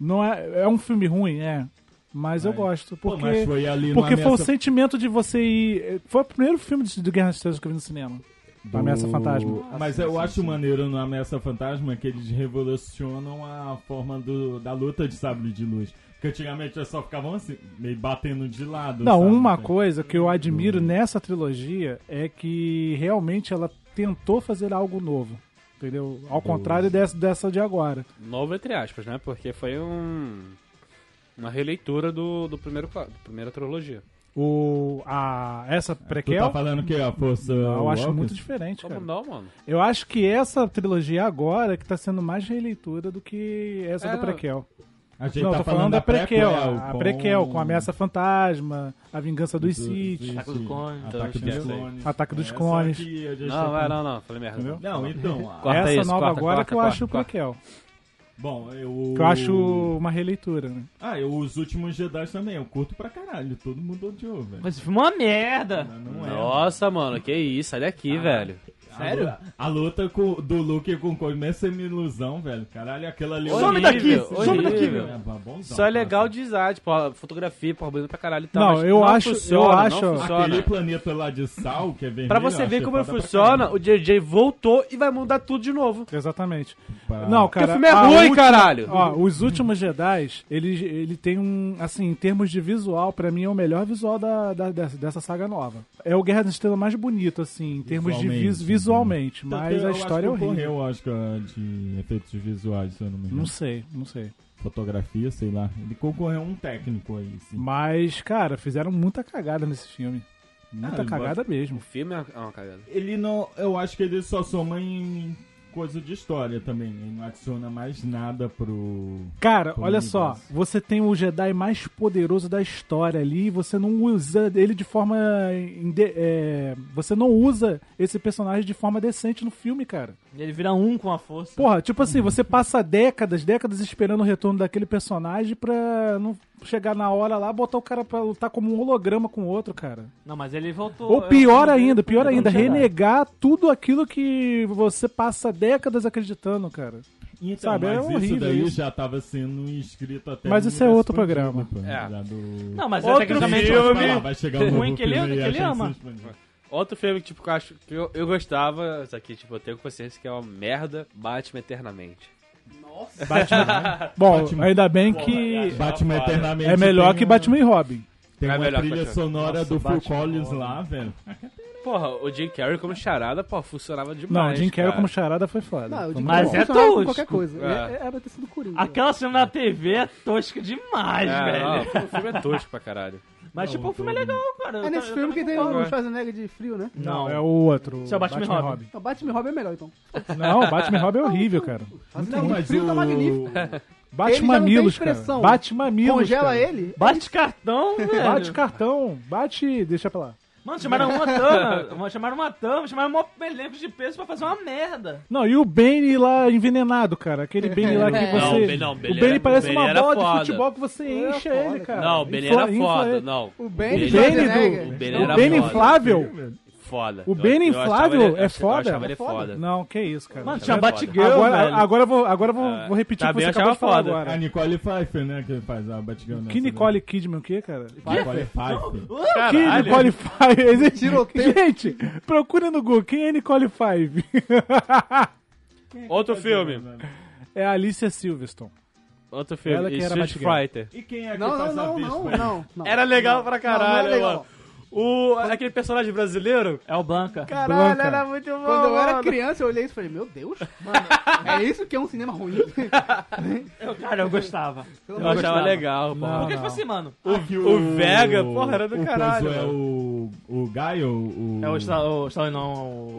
Speaker 5: Não é, é um filme ruim, é. Mas eu
Speaker 2: Ai.
Speaker 5: gosto.
Speaker 2: Pô,
Speaker 5: Porque,
Speaker 2: mas foi ali
Speaker 5: porque
Speaker 2: no
Speaker 5: foi o
Speaker 2: Ameaça-
Speaker 5: sentimento de você ir. eh, Foi o primeiro filme de, do Guerra nas Estrelas que eu vi no cinema. Do... Ameaça Fantasma.
Speaker 2: Mas eu acho maneiro no Ameaça Fantasma que eles revolucionam a forma do, da luta de sabre de luz. Porque antigamente eles só ficavam assim, meio batendo de lado.
Speaker 5: Não,
Speaker 2: sabe?
Speaker 5: uma coisa que eu admiro nessa trilogia é que realmente ela tentou fazer algo novo. Entendeu? Ao contrário dessa, dessa de agora.
Speaker 1: Novo entre aspas, né? Porque foi um. Uma releitura do, do primeiro cla- da primeira trilogia.
Speaker 5: O, a, essa
Speaker 2: Tu
Speaker 5: prequel,
Speaker 2: tá falando que a força.
Speaker 5: é eu acho
Speaker 2: Walker?
Speaker 5: muito diferente.
Speaker 1: Como
Speaker 5: Cara.
Speaker 1: não, mano?
Speaker 5: Eu acho que essa trilogia agora é que tá sendo mais releitura do que essa
Speaker 1: É,
Speaker 5: da prequel.
Speaker 2: A gente
Speaker 5: não,
Speaker 2: tá
Speaker 5: tô falando da prequel. a
Speaker 2: com-
Speaker 5: prequel, com Ameaça Fantasma, A Vingança dos
Speaker 2: do-
Speaker 5: Sith,
Speaker 4: Ataque dos Clones,
Speaker 2: Ataque
Speaker 1: tudo
Speaker 2: dos
Speaker 1: isso então, aí.
Speaker 2: Clones.
Speaker 5: Ataque dos
Speaker 2: Essa
Speaker 5: Clones.
Speaker 2: aqui a
Speaker 1: Não,
Speaker 2: gente tá
Speaker 1: é,
Speaker 2: com-
Speaker 1: não, não. Falei merda.
Speaker 5: Entendeu?
Speaker 2: Não, então. a-
Speaker 1: Corta
Speaker 5: Essa
Speaker 1: isso,
Speaker 5: nova
Speaker 1: corta,
Speaker 5: agora
Speaker 1: corta,
Speaker 5: que eu
Speaker 1: corta,
Speaker 5: acho o
Speaker 1: corta.
Speaker 5: prequel.
Speaker 2: Bom, eu.
Speaker 5: Que eu acho uma releitura, né?
Speaker 2: Ah, eu, os últimos Jedi também. Eu curto pra caralho. Todo mundo odiou, velho.
Speaker 4: Mas esse filme é uma merda.
Speaker 2: Mas Não é.
Speaker 1: Nossa, mano, que isso, olha aqui, velho.
Speaker 2: Sério? A, luta com, do Luke com o Cosmo é uma ilusão, velho. Caralho, aquela ali. é
Speaker 1: Some
Speaker 2: horrível,
Speaker 1: daqui,
Speaker 2: horrível.
Speaker 1: some daqui, meu.
Speaker 2: É, bonzão,
Speaker 1: Isso é legal
Speaker 2: cara.
Speaker 1: de design, tipo, a fotografia, porra, bonito pra caralho e tal.
Speaker 5: Não,
Speaker 1: mas
Speaker 5: eu acho- eu
Speaker 1: funciona, não
Speaker 5: acho-
Speaker 1: funciona.
Speaker 2: Aquele planeta lá de sal, que é vermelho.
Speaker 1: né? Pra você
Speaker 2: eu
Speaker 1: ver
Speaker 2: achei
Speaker 1: como
Speaker 2: foda pra
Speaker 1: funciona,
Speaker 2: caralho.
Speaker 1: o JJ voltou e vai mudar tudo de novo.
Speaker 5: Exatamente.
Speaker 2: Pá.
Speaker 5: Não,
Speaker 1: Porque o
Speaker 5: cara.
Speaker 1: filme é
Speaker 5: a
Speaker 1: ruim,
Speaker 5: última-
Speaker 1: caralho.
Speaker 5: Ó, os últimos Jedi, ele, ele tem um. Assim, em termos de visual, pra mim é o melhor visual da, da- dessa, dessa saga nova. É o Guerra da Estrela mais bonito, assim, em termos de vis,
Speaker 2: Visualmente,
Speaker 1: né?
Speaker 2: Tanto
Speaker 5: visualmente. Mas
Speaker 2: que eu
Speaker 5: a história é
Speaker 2: acho que
Speaker 5: horrível.
Speaker 2: Concorreu, acho que, a de efeitos visuais, se eu não me engano.
Speaker 5: Não sei, não sei.
Speaker 2: Fotografia, sei lá. Ele concorreu a um técnico aí, sim.
Speaker 5: Mas, cara, fizeram muita cagada nesse filme. Muita
Speaker 2: Ah,
Speaker 5: cagada mesmo.
Speaker 1: O filme é uma- é uma cagada.
Speaker 2: Ele não. Eu acho que ele só soma em coisa de história também. Ele não adiciona mais nada pro.
Speaker 5: Cara,
Speaker 2: Pô,
Speaker 5: olha
Speaker 2: meu
Speaker 5: só,
Speaker 2: Deus.
Speaker 5: você tem o Jedi mais poderoso da história ali, e você não usa ele de forma. inde- é, você não usa esse personagem de forma decente no filme, cara.
Speaker 4: Ele vira um com a força.
Speaker 5: Porra, tipo assim, você passa décadas, décadas esperando o retorno daquele personagem pra não chegar na hora lá, botar o cara pra lutar como um holograma com o outro, cara.
Speaker 4: Não, mas ele voltou. é,
Speaker 5: Ou
Speaker 4: Eu-
Speaker 5: pior
Speaker 4: eu-
Speaker 5: ainda, pior
Speaker 4: eu- eu-
Speaker 5: ainda,
Speaker 4: eu- eu- eu-
Speaker 5: renegar tudo aquilo que você passa décadas acreditando, cara.
Speaker 2: Então,
Speaker 5: Sabe, é
Speaker 2: mas isso
Speaker 5: horrível
Speaker 2: daí
Speaker 5: isso.
Speaker 2: já tava sendo inscrito até.
Speaker 5: Mas
Speaker 2: no
Speaker 5: isso é
Speaker 2: universo
Speaker 5: outro
Speaker 2: expandido,
Speaker 5: programa.
Speaker 2: pô,
Speaker 1: É.
Speaker 2: já do-
Speaker 4: Não, mas
Speaker 1: Outro
Speaker 4: é tecnicamente
Speaker 1: filme.
Speaker 4: eu-
Speaker 2: Vai lá, vai chegar um
Speaker 4: Ruim
Speaker 2: novo
Speaker 4: que ele-
Speaker 2: filme aí,
Speaker 4: que
Speaker 2: a
Speaker 4: ele
Speaker 2: gente
Speaker 4: ama.
Speaker 2: se expande.
Speaker 1: Outro filme que, tipo, que eu acho que eu, eu gostava, isso aqui, tipo, eu tenho consciência que é uma merda, Batman Eternamente.
Speaker 5: Bom,
Speaker 2: Batman.
Speaker 5: ainda bem que
Speaker 2: Batman
Speaker 1: Rapaz,
Speaker 2: Eternamente.
Speaker 5: é melhor
Speaker 2: tem
Speaker 5: que
Speaker 2: um-
Speaker 5: Batman e Robin.
Speaker 2: Tem
Speaker 1: É
Speaker 2: uma
Speaker 1: melhor que
Speaker 2: trilha
Speaker 1: Batman.
Speaker 2: sonora
Speaker 4: Nossa,
Speaker 2: do Phil
Speaker 4: Batman.
Speaker 5: é
Speaker 2: Collins lá, velho.
Speaker 1: Porra, o Jim Carrey como charada, pô, funcionava
Speaker 5: Não,
Speaker 1: demais.
Speaker 5: Jim Carrey
Speaker 1: cara.
Speaker 5: como charada foi foda.
Speaker 3: Não, eu
Speaker 5: Foi
Speaker 3: digo
Speaker 4: Mas
Speaker 5: muito
Speaker 3: que
Speaker 4: é
Speaker 5: bom.
Speaker 3: funcionava com
Speaker 4: tosco.
Speaker 3: qualquer coisa.
Speaker 1: É.
Speaker 3: É- Era ter sido Coringa.
Speaker 4: Aquela cena na TV é tosca demais,
Speaker 1: É,
Speaker 4: velho.
Speaker 1: não, o filme é tosco pra caralho.
Speaker 4: Mas, tipo, o filme é legal, cara.
Speaker 3: É nesse filme que tem o Schwarzenegger de frio, né?
Speaker 5: Não, é o outro.
Speaker 4: Esse é o Batman e Robin.
Speaker 3: Então, Batman e Robin é melhor, então.
Speaker 5: Não, Batman e Robin é horrível, cara.
Speaker 2: Não,
Speaker 3: o frio tá magnífico. Ele
Speaker 5: Bate
Speaker 3: já não tem
Speaker 5: mamilos, cara.
Speaker 3: expressão.
Speaker 5: Bate mamilos.
Speaker 3: Congela
Speaker 5: cara.
Speaker 3: ele.
Speaker 4: Bate cartão, velho.
Speaker 1: É.
Speaker 5: Bate cartão. Bate. Deixa pra lá.
Speaker 4: Mano, chamaram uma tama, chamaram uma tama, chamaram um elenco de peso pra fazer uma merda.
Speaker 5: Não, e o Bane lá envenenado, cara. Aquele Bane lá que
Speaker 3: É.
Speaker 5: você.
Speaker 1: Não, o Bane- não, o Bane
Speaker 5: o Bane
Speaker 1: era-
Speaker 5: parece
Speaker 1: o Bane
Speaker 5: uma
Speaker 1: era
Speaker 5: bola
Speaker 1: foda.
Speaker 5: de futebol que você
Speaker 3: era
Speaker 5: enche
Speaker 3: foda,
Speaker 5: ele, cara.
Speaker 3: cara.
Speaker 1: Não, o Bane era
Speaker 5: Infla-
Speaker 1: foda,
Speaker 5: ele. é
Speaker 1: não. O
Speaker 3: Bane
Speaker 5: O
Speaker 1: Bane-
Speaker 5: Bane,
Speaker 3: Schwarzenegger.
Speaker 5: do,
Speaker 1: Bane
Speaker 5: o
Speaker 1: era
Speaker 5: Bane
Speaker 1: foda.
Speaker 5: inflável?
Speaker 1: Foda.
Speaker 5: O Bane
Speaker 1: Eu- eu achava ele-
Speaker 5: inflável é
Speaker 1: eu achava- Eu
Speaker 5: foda?
Speaker 1: achava ele
Speaker 5: É
Speaker 1: foda.
Speaker 5: Não, que isso, cara. é
Speaker 4: Mano, tinha
Speaker 1: Foda.
Speaker 4: Batgirl,
Speaker 5: agora,
Speaker 4: velho.
Speaker 5: agora eu vou, agora eu vou, vou repetir o que
Speaker 1: também
Speaker 5: você acabou de
Speaker 1: Tá achava
Speaker 5: falar
Speaker 1: foda.
Speaker 5: agora.
Speaker 2: A Nicole Pfeiffer, né? Que faz a Batgirl.
Speaker 5: Que
Speaker 2: nessa,
Speaker 5: Nicole Kidman é o quê, cara?
Speaker 2: né? Nicole Pfeiffer.
Speaker 5: Que
Speaker 1: Caralho.
Speaker 5: Nicole Five?
Speaker 3: Tiroteio.
Speaker 5: Gente, procura no Google. Quem é Nicole Five?
Speaker 1: Outro filme.
Speaker 5: é a Alicia Silverstone.
Speaker 1: Outro filme.
Speaker 5: Ela que
Speaker 1: E
Speaker 5: era
Speaker 1: Street
Speaker 5: Batgirl.
Speaker 1: Fighter.
Speaker 2: E quem é que
Speaker 3: Não, não,
Speaker 2: faz a
Speaker 3: não, não,
Speaker 2: Vespa?
Speaker 3: não, não.
Speaker 1: Era legal pra
Speaker 5: é
Speaker 3: Não, é não
Speaker 1: caralho,
Speaker 3: era
Speaker 1: mano. O, aquele personagem brasileiro.
Speaker 4: É o Blanca.
Speaker 1: Caralho,
Speaker 5: Blanca.
Speaker 1: era muito bom.
Speaker 3: Quando eu era
Speaker 1: mano.
Speaker 3: criança, eu olhei isso e falei, meu Deus, mano, é isso que é um cinema ruim?
Speaker 4: Eu, cara, eu gostava.
Speaker 1: Eu achava legal, pô.
Speaker 5: Não.
Speaker 4: Porque, tipo assim, mano,
Speaker 2: O,
Speaker 1: o Vega, porra, era do
Speaker 2: o
Speaker 1: caralho,
Speaker 2: coisa é
Speaker 1: mano.
Speaker 2: o o, o Gaio, o...
Speaker 4: É o Stal- o Stallone, não.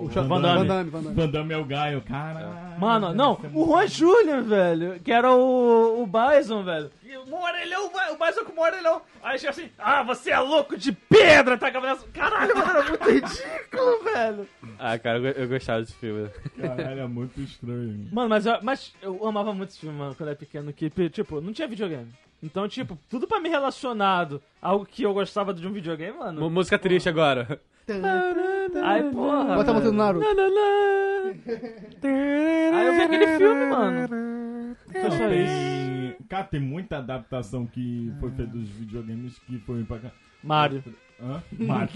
Speaker 4: O,
Speaker 2: Van Damme.
Speaker 3: Van
Speaker 4: Van Damme.
Speaker 3: Damme, Van Damme.
Speaker 2: Van Damme é o Gaio, cara.
Speaker 4: Mano, não, o Juan Júnior, velho, que era o, o Bison, velho. E um orelhão, vai- o Bison com um orelhão. Aí chega assim, ah, você é louco de pedra, tá cabeça. Caralho, mano, era muito ridículo, velho.
Speaker 1: Ah, cara, eu, eu gostava desse filme.
Speaker 2: Caralho, é muito estranho.
Speaker 4: Mano, mas eu, mas eu amava muito esse filme, mano, quando era pequeno, que, tipo, não tinha videogame. Então, tipo, tudo pra me relacionado a algo que eu gostava de um videogame,
Speaker 1: M-
Speaker 4: mano.
Speaker 1: música triste agora.
Speaker 4: Ai, porra.
Speaker 3: Bota a música do
Speaker 4: velho.
Speaker 3: Naruto.
Speaker 4: Aí eu vi aquele filme, mano. Foi só isso.
Speaker 2: Tem... Cara, tem muita adaptação que foi feita dos videogames que foi pra cá.
Speaker 4: Mario.
Speaker 2: Hã? Mario.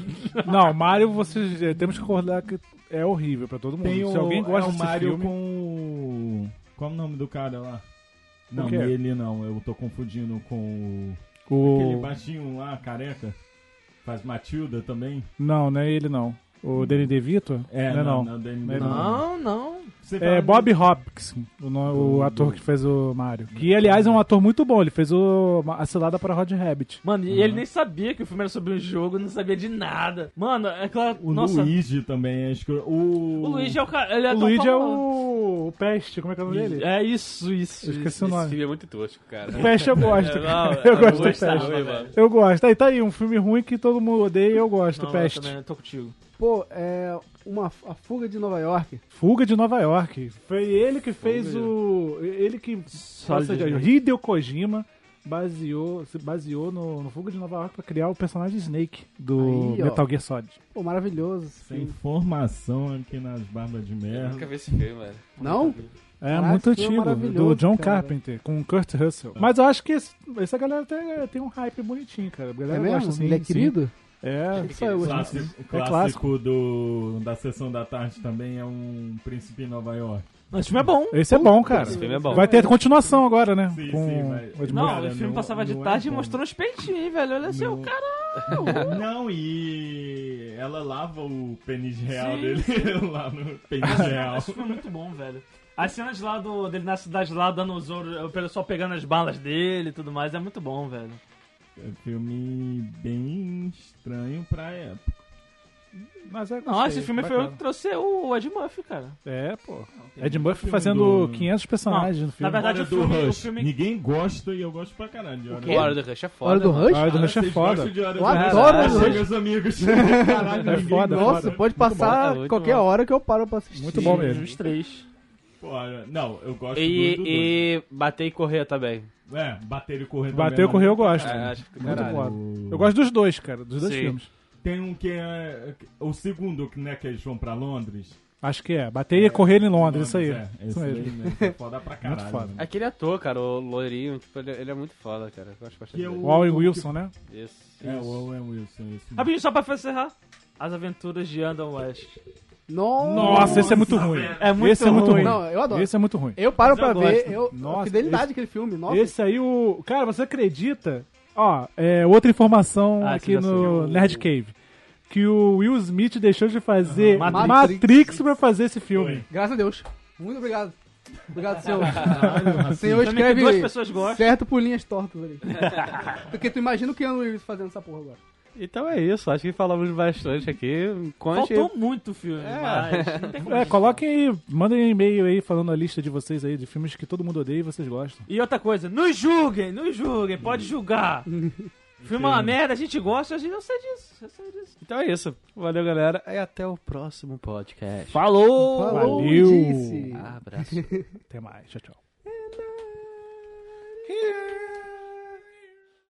Speaker 5: Não, Mario, vocês eh, temos que acordar que é horrível pra todo mundo.
Speaker 2: Tem o,
Speaker 5: Se alguém gosta
Speaker 2: é o
Speaker 5: desse
Speaker 2: Mario
Speaker 5: filme,
Speaker 2: com o... Qual é o nome do cara lá? Não,
Speaker 5: quê?
Speaker 2: ele não. Eu tô confundindo com o... Aquele
Speaker 5: o...
Speaker 2: baixinho lá, careca. Faz Matilda também.
Speaker 5: Não, não é ele não.
Speaker 2: Hum.
Speaker 5: O Danny DeVito? não, é não.
Speaker 2: Danny
Speaker 5: Não é
Speaker 2: DeVito.
Speaker 4: Não, não.
Speaker 2: Você fala
Speaker 5: É
Speaker 2: de-
Speaker 5: Bob Hopkins, o, no- o ator que fez o Mario. Que, aliás, é um ator muito bom. Ele fez o A Selada para Rod Rabbit.
Speaker 4: Mano, e ele nem sabia que o filme era sobre um jogo, não sabia de nada. Mano, é claro.
Speaker 2: O
Speaker 4: nossa,
Speaker 2: Luigi também é escuro.
Speaker 4: o
Speaker 2: O,
Speaker 4: Luigi é o cara. Ele é
Speaker 5: O
Speaker 4: tão
Speaker 5: Luigi é
Speaker 4: famoso.
Speaker 5: o... o Peste, como é que é o nome dele?
Speaker 4: É isso, isso.
Speaker 5: Eu
Speaker 4: isso.
Speaker 5: esqueci o
Speaker 1: Esse
Speaker 5: nome.
Speaker 1: filme é muito tosco, cara. É,
Speaker 5: Peste eu
Speaker 4: É,
Speaker 5: gosto.
Speaker 1: Não,
Speaker 5: cara. eu gosto do
Speaker 1: gostava,
Speaker 5: Peste.
Speaker 1: mano.
Speaker 5: Eu gosto. Aí tá aí, um filme ruim que todo mundo odeia e eu gosto,
Speaker 4: Não, Eu
Speaker 5: Peste.
Speaker 4: também, eu tô contigo.
Speaker 3: Pô, é uma a fuga de Nova York.
Speaker 5: Fuga de Nova York. Foi ele que fez o. Ele que. Nossa,
Speaker 4: de-
Speaker 5: Hideo Kojima baseou, se baseou no, no Fuga de Nova York pra criar o personagem Snake do
Speaker 3: Aí, ó.
Speaker 5: Metal Gear Solid.
Speaker 3: Pô, maravilhoso. assim. esse
Speaker 2: Sem
Speaker 3: filme.
Speaker 2: informação aqui nas barbas de
Speaker 1: Eu
Speaker 2: merda.
Speaker 1: nunca vi esse filme, mano.
Speaker 3: Não?
Speaker 5: É
Speaker 3: Caraca,
Speaker 5: muito
Speaker 3: esse filme é
Speaker 5: antigo, do
Speaker 3: maravilhoso,
Speaker 5: John
Speaker 3: cara.
Speaker 5: Carpenter, com o Kurt Russell. Mas eu acho que esse- essa galera tem, tem um hype bonitinho, cara. A galera
Speaker 3: É
Speaker 5: gosta
Speaker 3: mesmo?
Speaker 5: assim.
Speaker 3: Ele é
Speaker 5: sim.
Speaker 3: querido?
Speaker 5: É,
Speaker 3: Só eu assim. hoje.
Speaker 2: Clássico, o
Speaker 5: É
Speaker 2: clássico,
Speaker 5: clássico.
Speaker 2: Do, da sessão da tarde também é um príncipe em Nova York.
Speaker 4: Mas esse filme é bom.
Speaker 5: Esse é bom, cara.
Speaker 1: Esse filme é bom.
Speaker 5: Vai ter continuação agora, né?
Speaker 2: Sim,
Speaker 5: com
Speaker 2: sim, vai.
Speaker 5: Edmund
Speaker 4: Não,
Speaker 2: Cara,
Speaker 4: o filme
Speaker 2: não-
Speaker 4: passava de
Speaker 2: não é
Speaker 4: tarde e
Speaker 2: bom.
Speaker 4: mostrou os peitinhos, velho. Olha assim, o
Speaker 2: Não.
Speaker 4: cara.
Speaker 2: Não, e ela lava o pênis real
Speaker 4: Sim.
Speaker 2: dele lá no pênis real.
Speaker 4: Esse filme é muito bom, velho. As cenas lá do, dele na cidade lá, dando os ouros, o pessoal pegando as balas dele e tudo mais, é muito bom, velho.
Speaker 2: É um filme bem estranho pra é- época.
Speaker 5: Mas é,
Speaker 4: Não,
Speaker 5: gostei,
Speaker 4: esse filme foi eu que
Speaker 5: bacana.
Speaker 4: trouxe o Ed Murphy, cara.
Speaker 5: É, pô. Ed Murphy
Speaker 2: um filme
Speaker 5: fazendo
Speaker 2: do-
Speaker 5: 500 personagens
Speaker 4: Não,
Speaker 5: no filme.
Speaker 4: na verdade,
Speaker 2: Hora
Speaker 4: o
Speaker 2: do
Speaker 4: filme- o
Speaker 2: Rush.
Speaker 4: filme-
Speaker 2: Ninguém gosta e eu gosto pra caralho de Hora
Speaker 1: O Hora do Rush é foda.
Speaker 3: Hora do
Speaker 1: mano.
Speaker 3: Rush?
Speaker 5: Hora do Rush é
Speaker 2: Ah, Vocês
Speaker 5: foda.
Speaker 2: gostam de Hora do
Speaker 3: Eu
Speaker 2: Rush?
Speaker 3: adoro
Speaker 1: Hora do
Speaker 2: Achei
Speaker 1: Rush.
Speaker 2: meus amigos. Caralho,
Speaker 5: É
Speaker 2: ninguém gosta.
Speaker 5: foda, foda.
Speaker 3: Nossa, pode
Speaker 1: É
Speaker 3: passar
Speaker 1: muito
Speaker 3: qualquer
Speaker 1: bom.
Speaker 3: hora que eu paro pra assistir.
Speaker 5: Muito bom mesmo.
Speaker 4: Os três.
Speaker 2: Porra, não, eu gosto
Speaker 1: E,
Speaker 2: do, do
Speaker 1: e bater e correr também.
Speaker 2: dois. É, bater e correr também
Speaker 5: Bateu,
Speaker 2: é
Speaker 5: correu, eu
Speaker 2: muito-
Speaker 5: gosto.
Speaker 1: É, acho que
Speaker 5: Muito
Speaker 1: caralho.
Speaker 5: foda. Eu gosto dos dois, cara, dos dois
Speaker 1: Sim.
Speaker 5: filmes.
Speaker 2: Tem um que é. O segundo, que, né, que eles vão pra Londres.
Speaker 5: Acho que é. Bater e correr em Londres, isso aí.
Speaker 2: É,
Speaker 5: isso
Speaker 2: isso
Speaker 5: mesmo.
Speaker 2: aí, né? Foda pra caralho.
Speaker 5: foda.
Speaker 2: né?
Speaker 1: É Aquele ator, cara, o loirinho, tipo, ele, ele é muito foda, cara. Eu gosto bastante
Speaker 2: Que
Speaker 1: dele.
Speaker 5: O Owen Wilson, né?
Speaker 1: Isso.
Speaker 2: É, o Owen Wilson, isso. mesmo.
Speaker 4: Rapidinho, só pra encerrar. As Aventuras de Andon West.
Speaker 3: Nossa,
Speaker 5: Nossa, esse é muito ruim.
Speaker 4: É muito
Speaker 5: esse é muito ruim.
Speaker 3: Não, eu adoro.
Speaker 5: Esse é muito ruim.
Speaker 3: Eu paro
Speaker 4: Mas eu
Speaker 3: pra
Speaker 4: gosto.
Speaker 3: ver. Eu,
Speaker 5: Nossa,
Speaker 3: fidelidade aquele filme. Nossa,
Speaker 5: Esse aí, o. Cara, você acredita? Ó, é, outra informação
Speaker 4: Ah,
Speaker 5: aqui
Speaker 4: esse já
Speaker 5: no
Speaker 4: sei.
Speaker 5: Nerd Cave. Que o Will Smith deixou de fazer
Speaker 4: Aham.
Speaker 5: Matrix,
Speaker 3: Matrix.
Speaker 5: pra fazer esse filme.
Speaker 2: Foi.
Speaker 3: graças a Deus. Muito obrigado. Obrigado, senhor.
Speaker 2: Caralho,
Speaker 3: senhor
Speaker 4: Também que
Speaker 3: escreve
Speaker 4: duas pessoas gostam.
Speaker 3: certo por linhas tortas ali. Porque tu imagina o que eu Reeves fazendo essa porra agora.
Speaker 1: Então é isso, acho que falamos bastante aqui. Conte.
Speaker 4: Faltou muito filme,
Speaker 1: um É.
Speaker 4: mas não tem como
Speaker 5: É,
Speaker 4: dizer.
Speaker 5: coloquem aí, mandem um e-mail aí falando a lista de vocês aí, de filmes que todo mundo odeia e vocês gostam.
Speaker 4: E outra coisa, nos julguem, nos julguem, pode julgar. Filme é uma merda, a gente gosta, a gente não sei disso. Eu sei disso.
Speaker 1: Então é isso. Valeu, galera. E É até o próximo podcast.
Speaker 4: Falou!
Speaker 3: Falou,
Speaker 5: valeu.
Speaker 1: Ah,
Speaker 3: disse.
Speaker 1: Abraço.
Speaker 5: Até mais, tchau, tchau.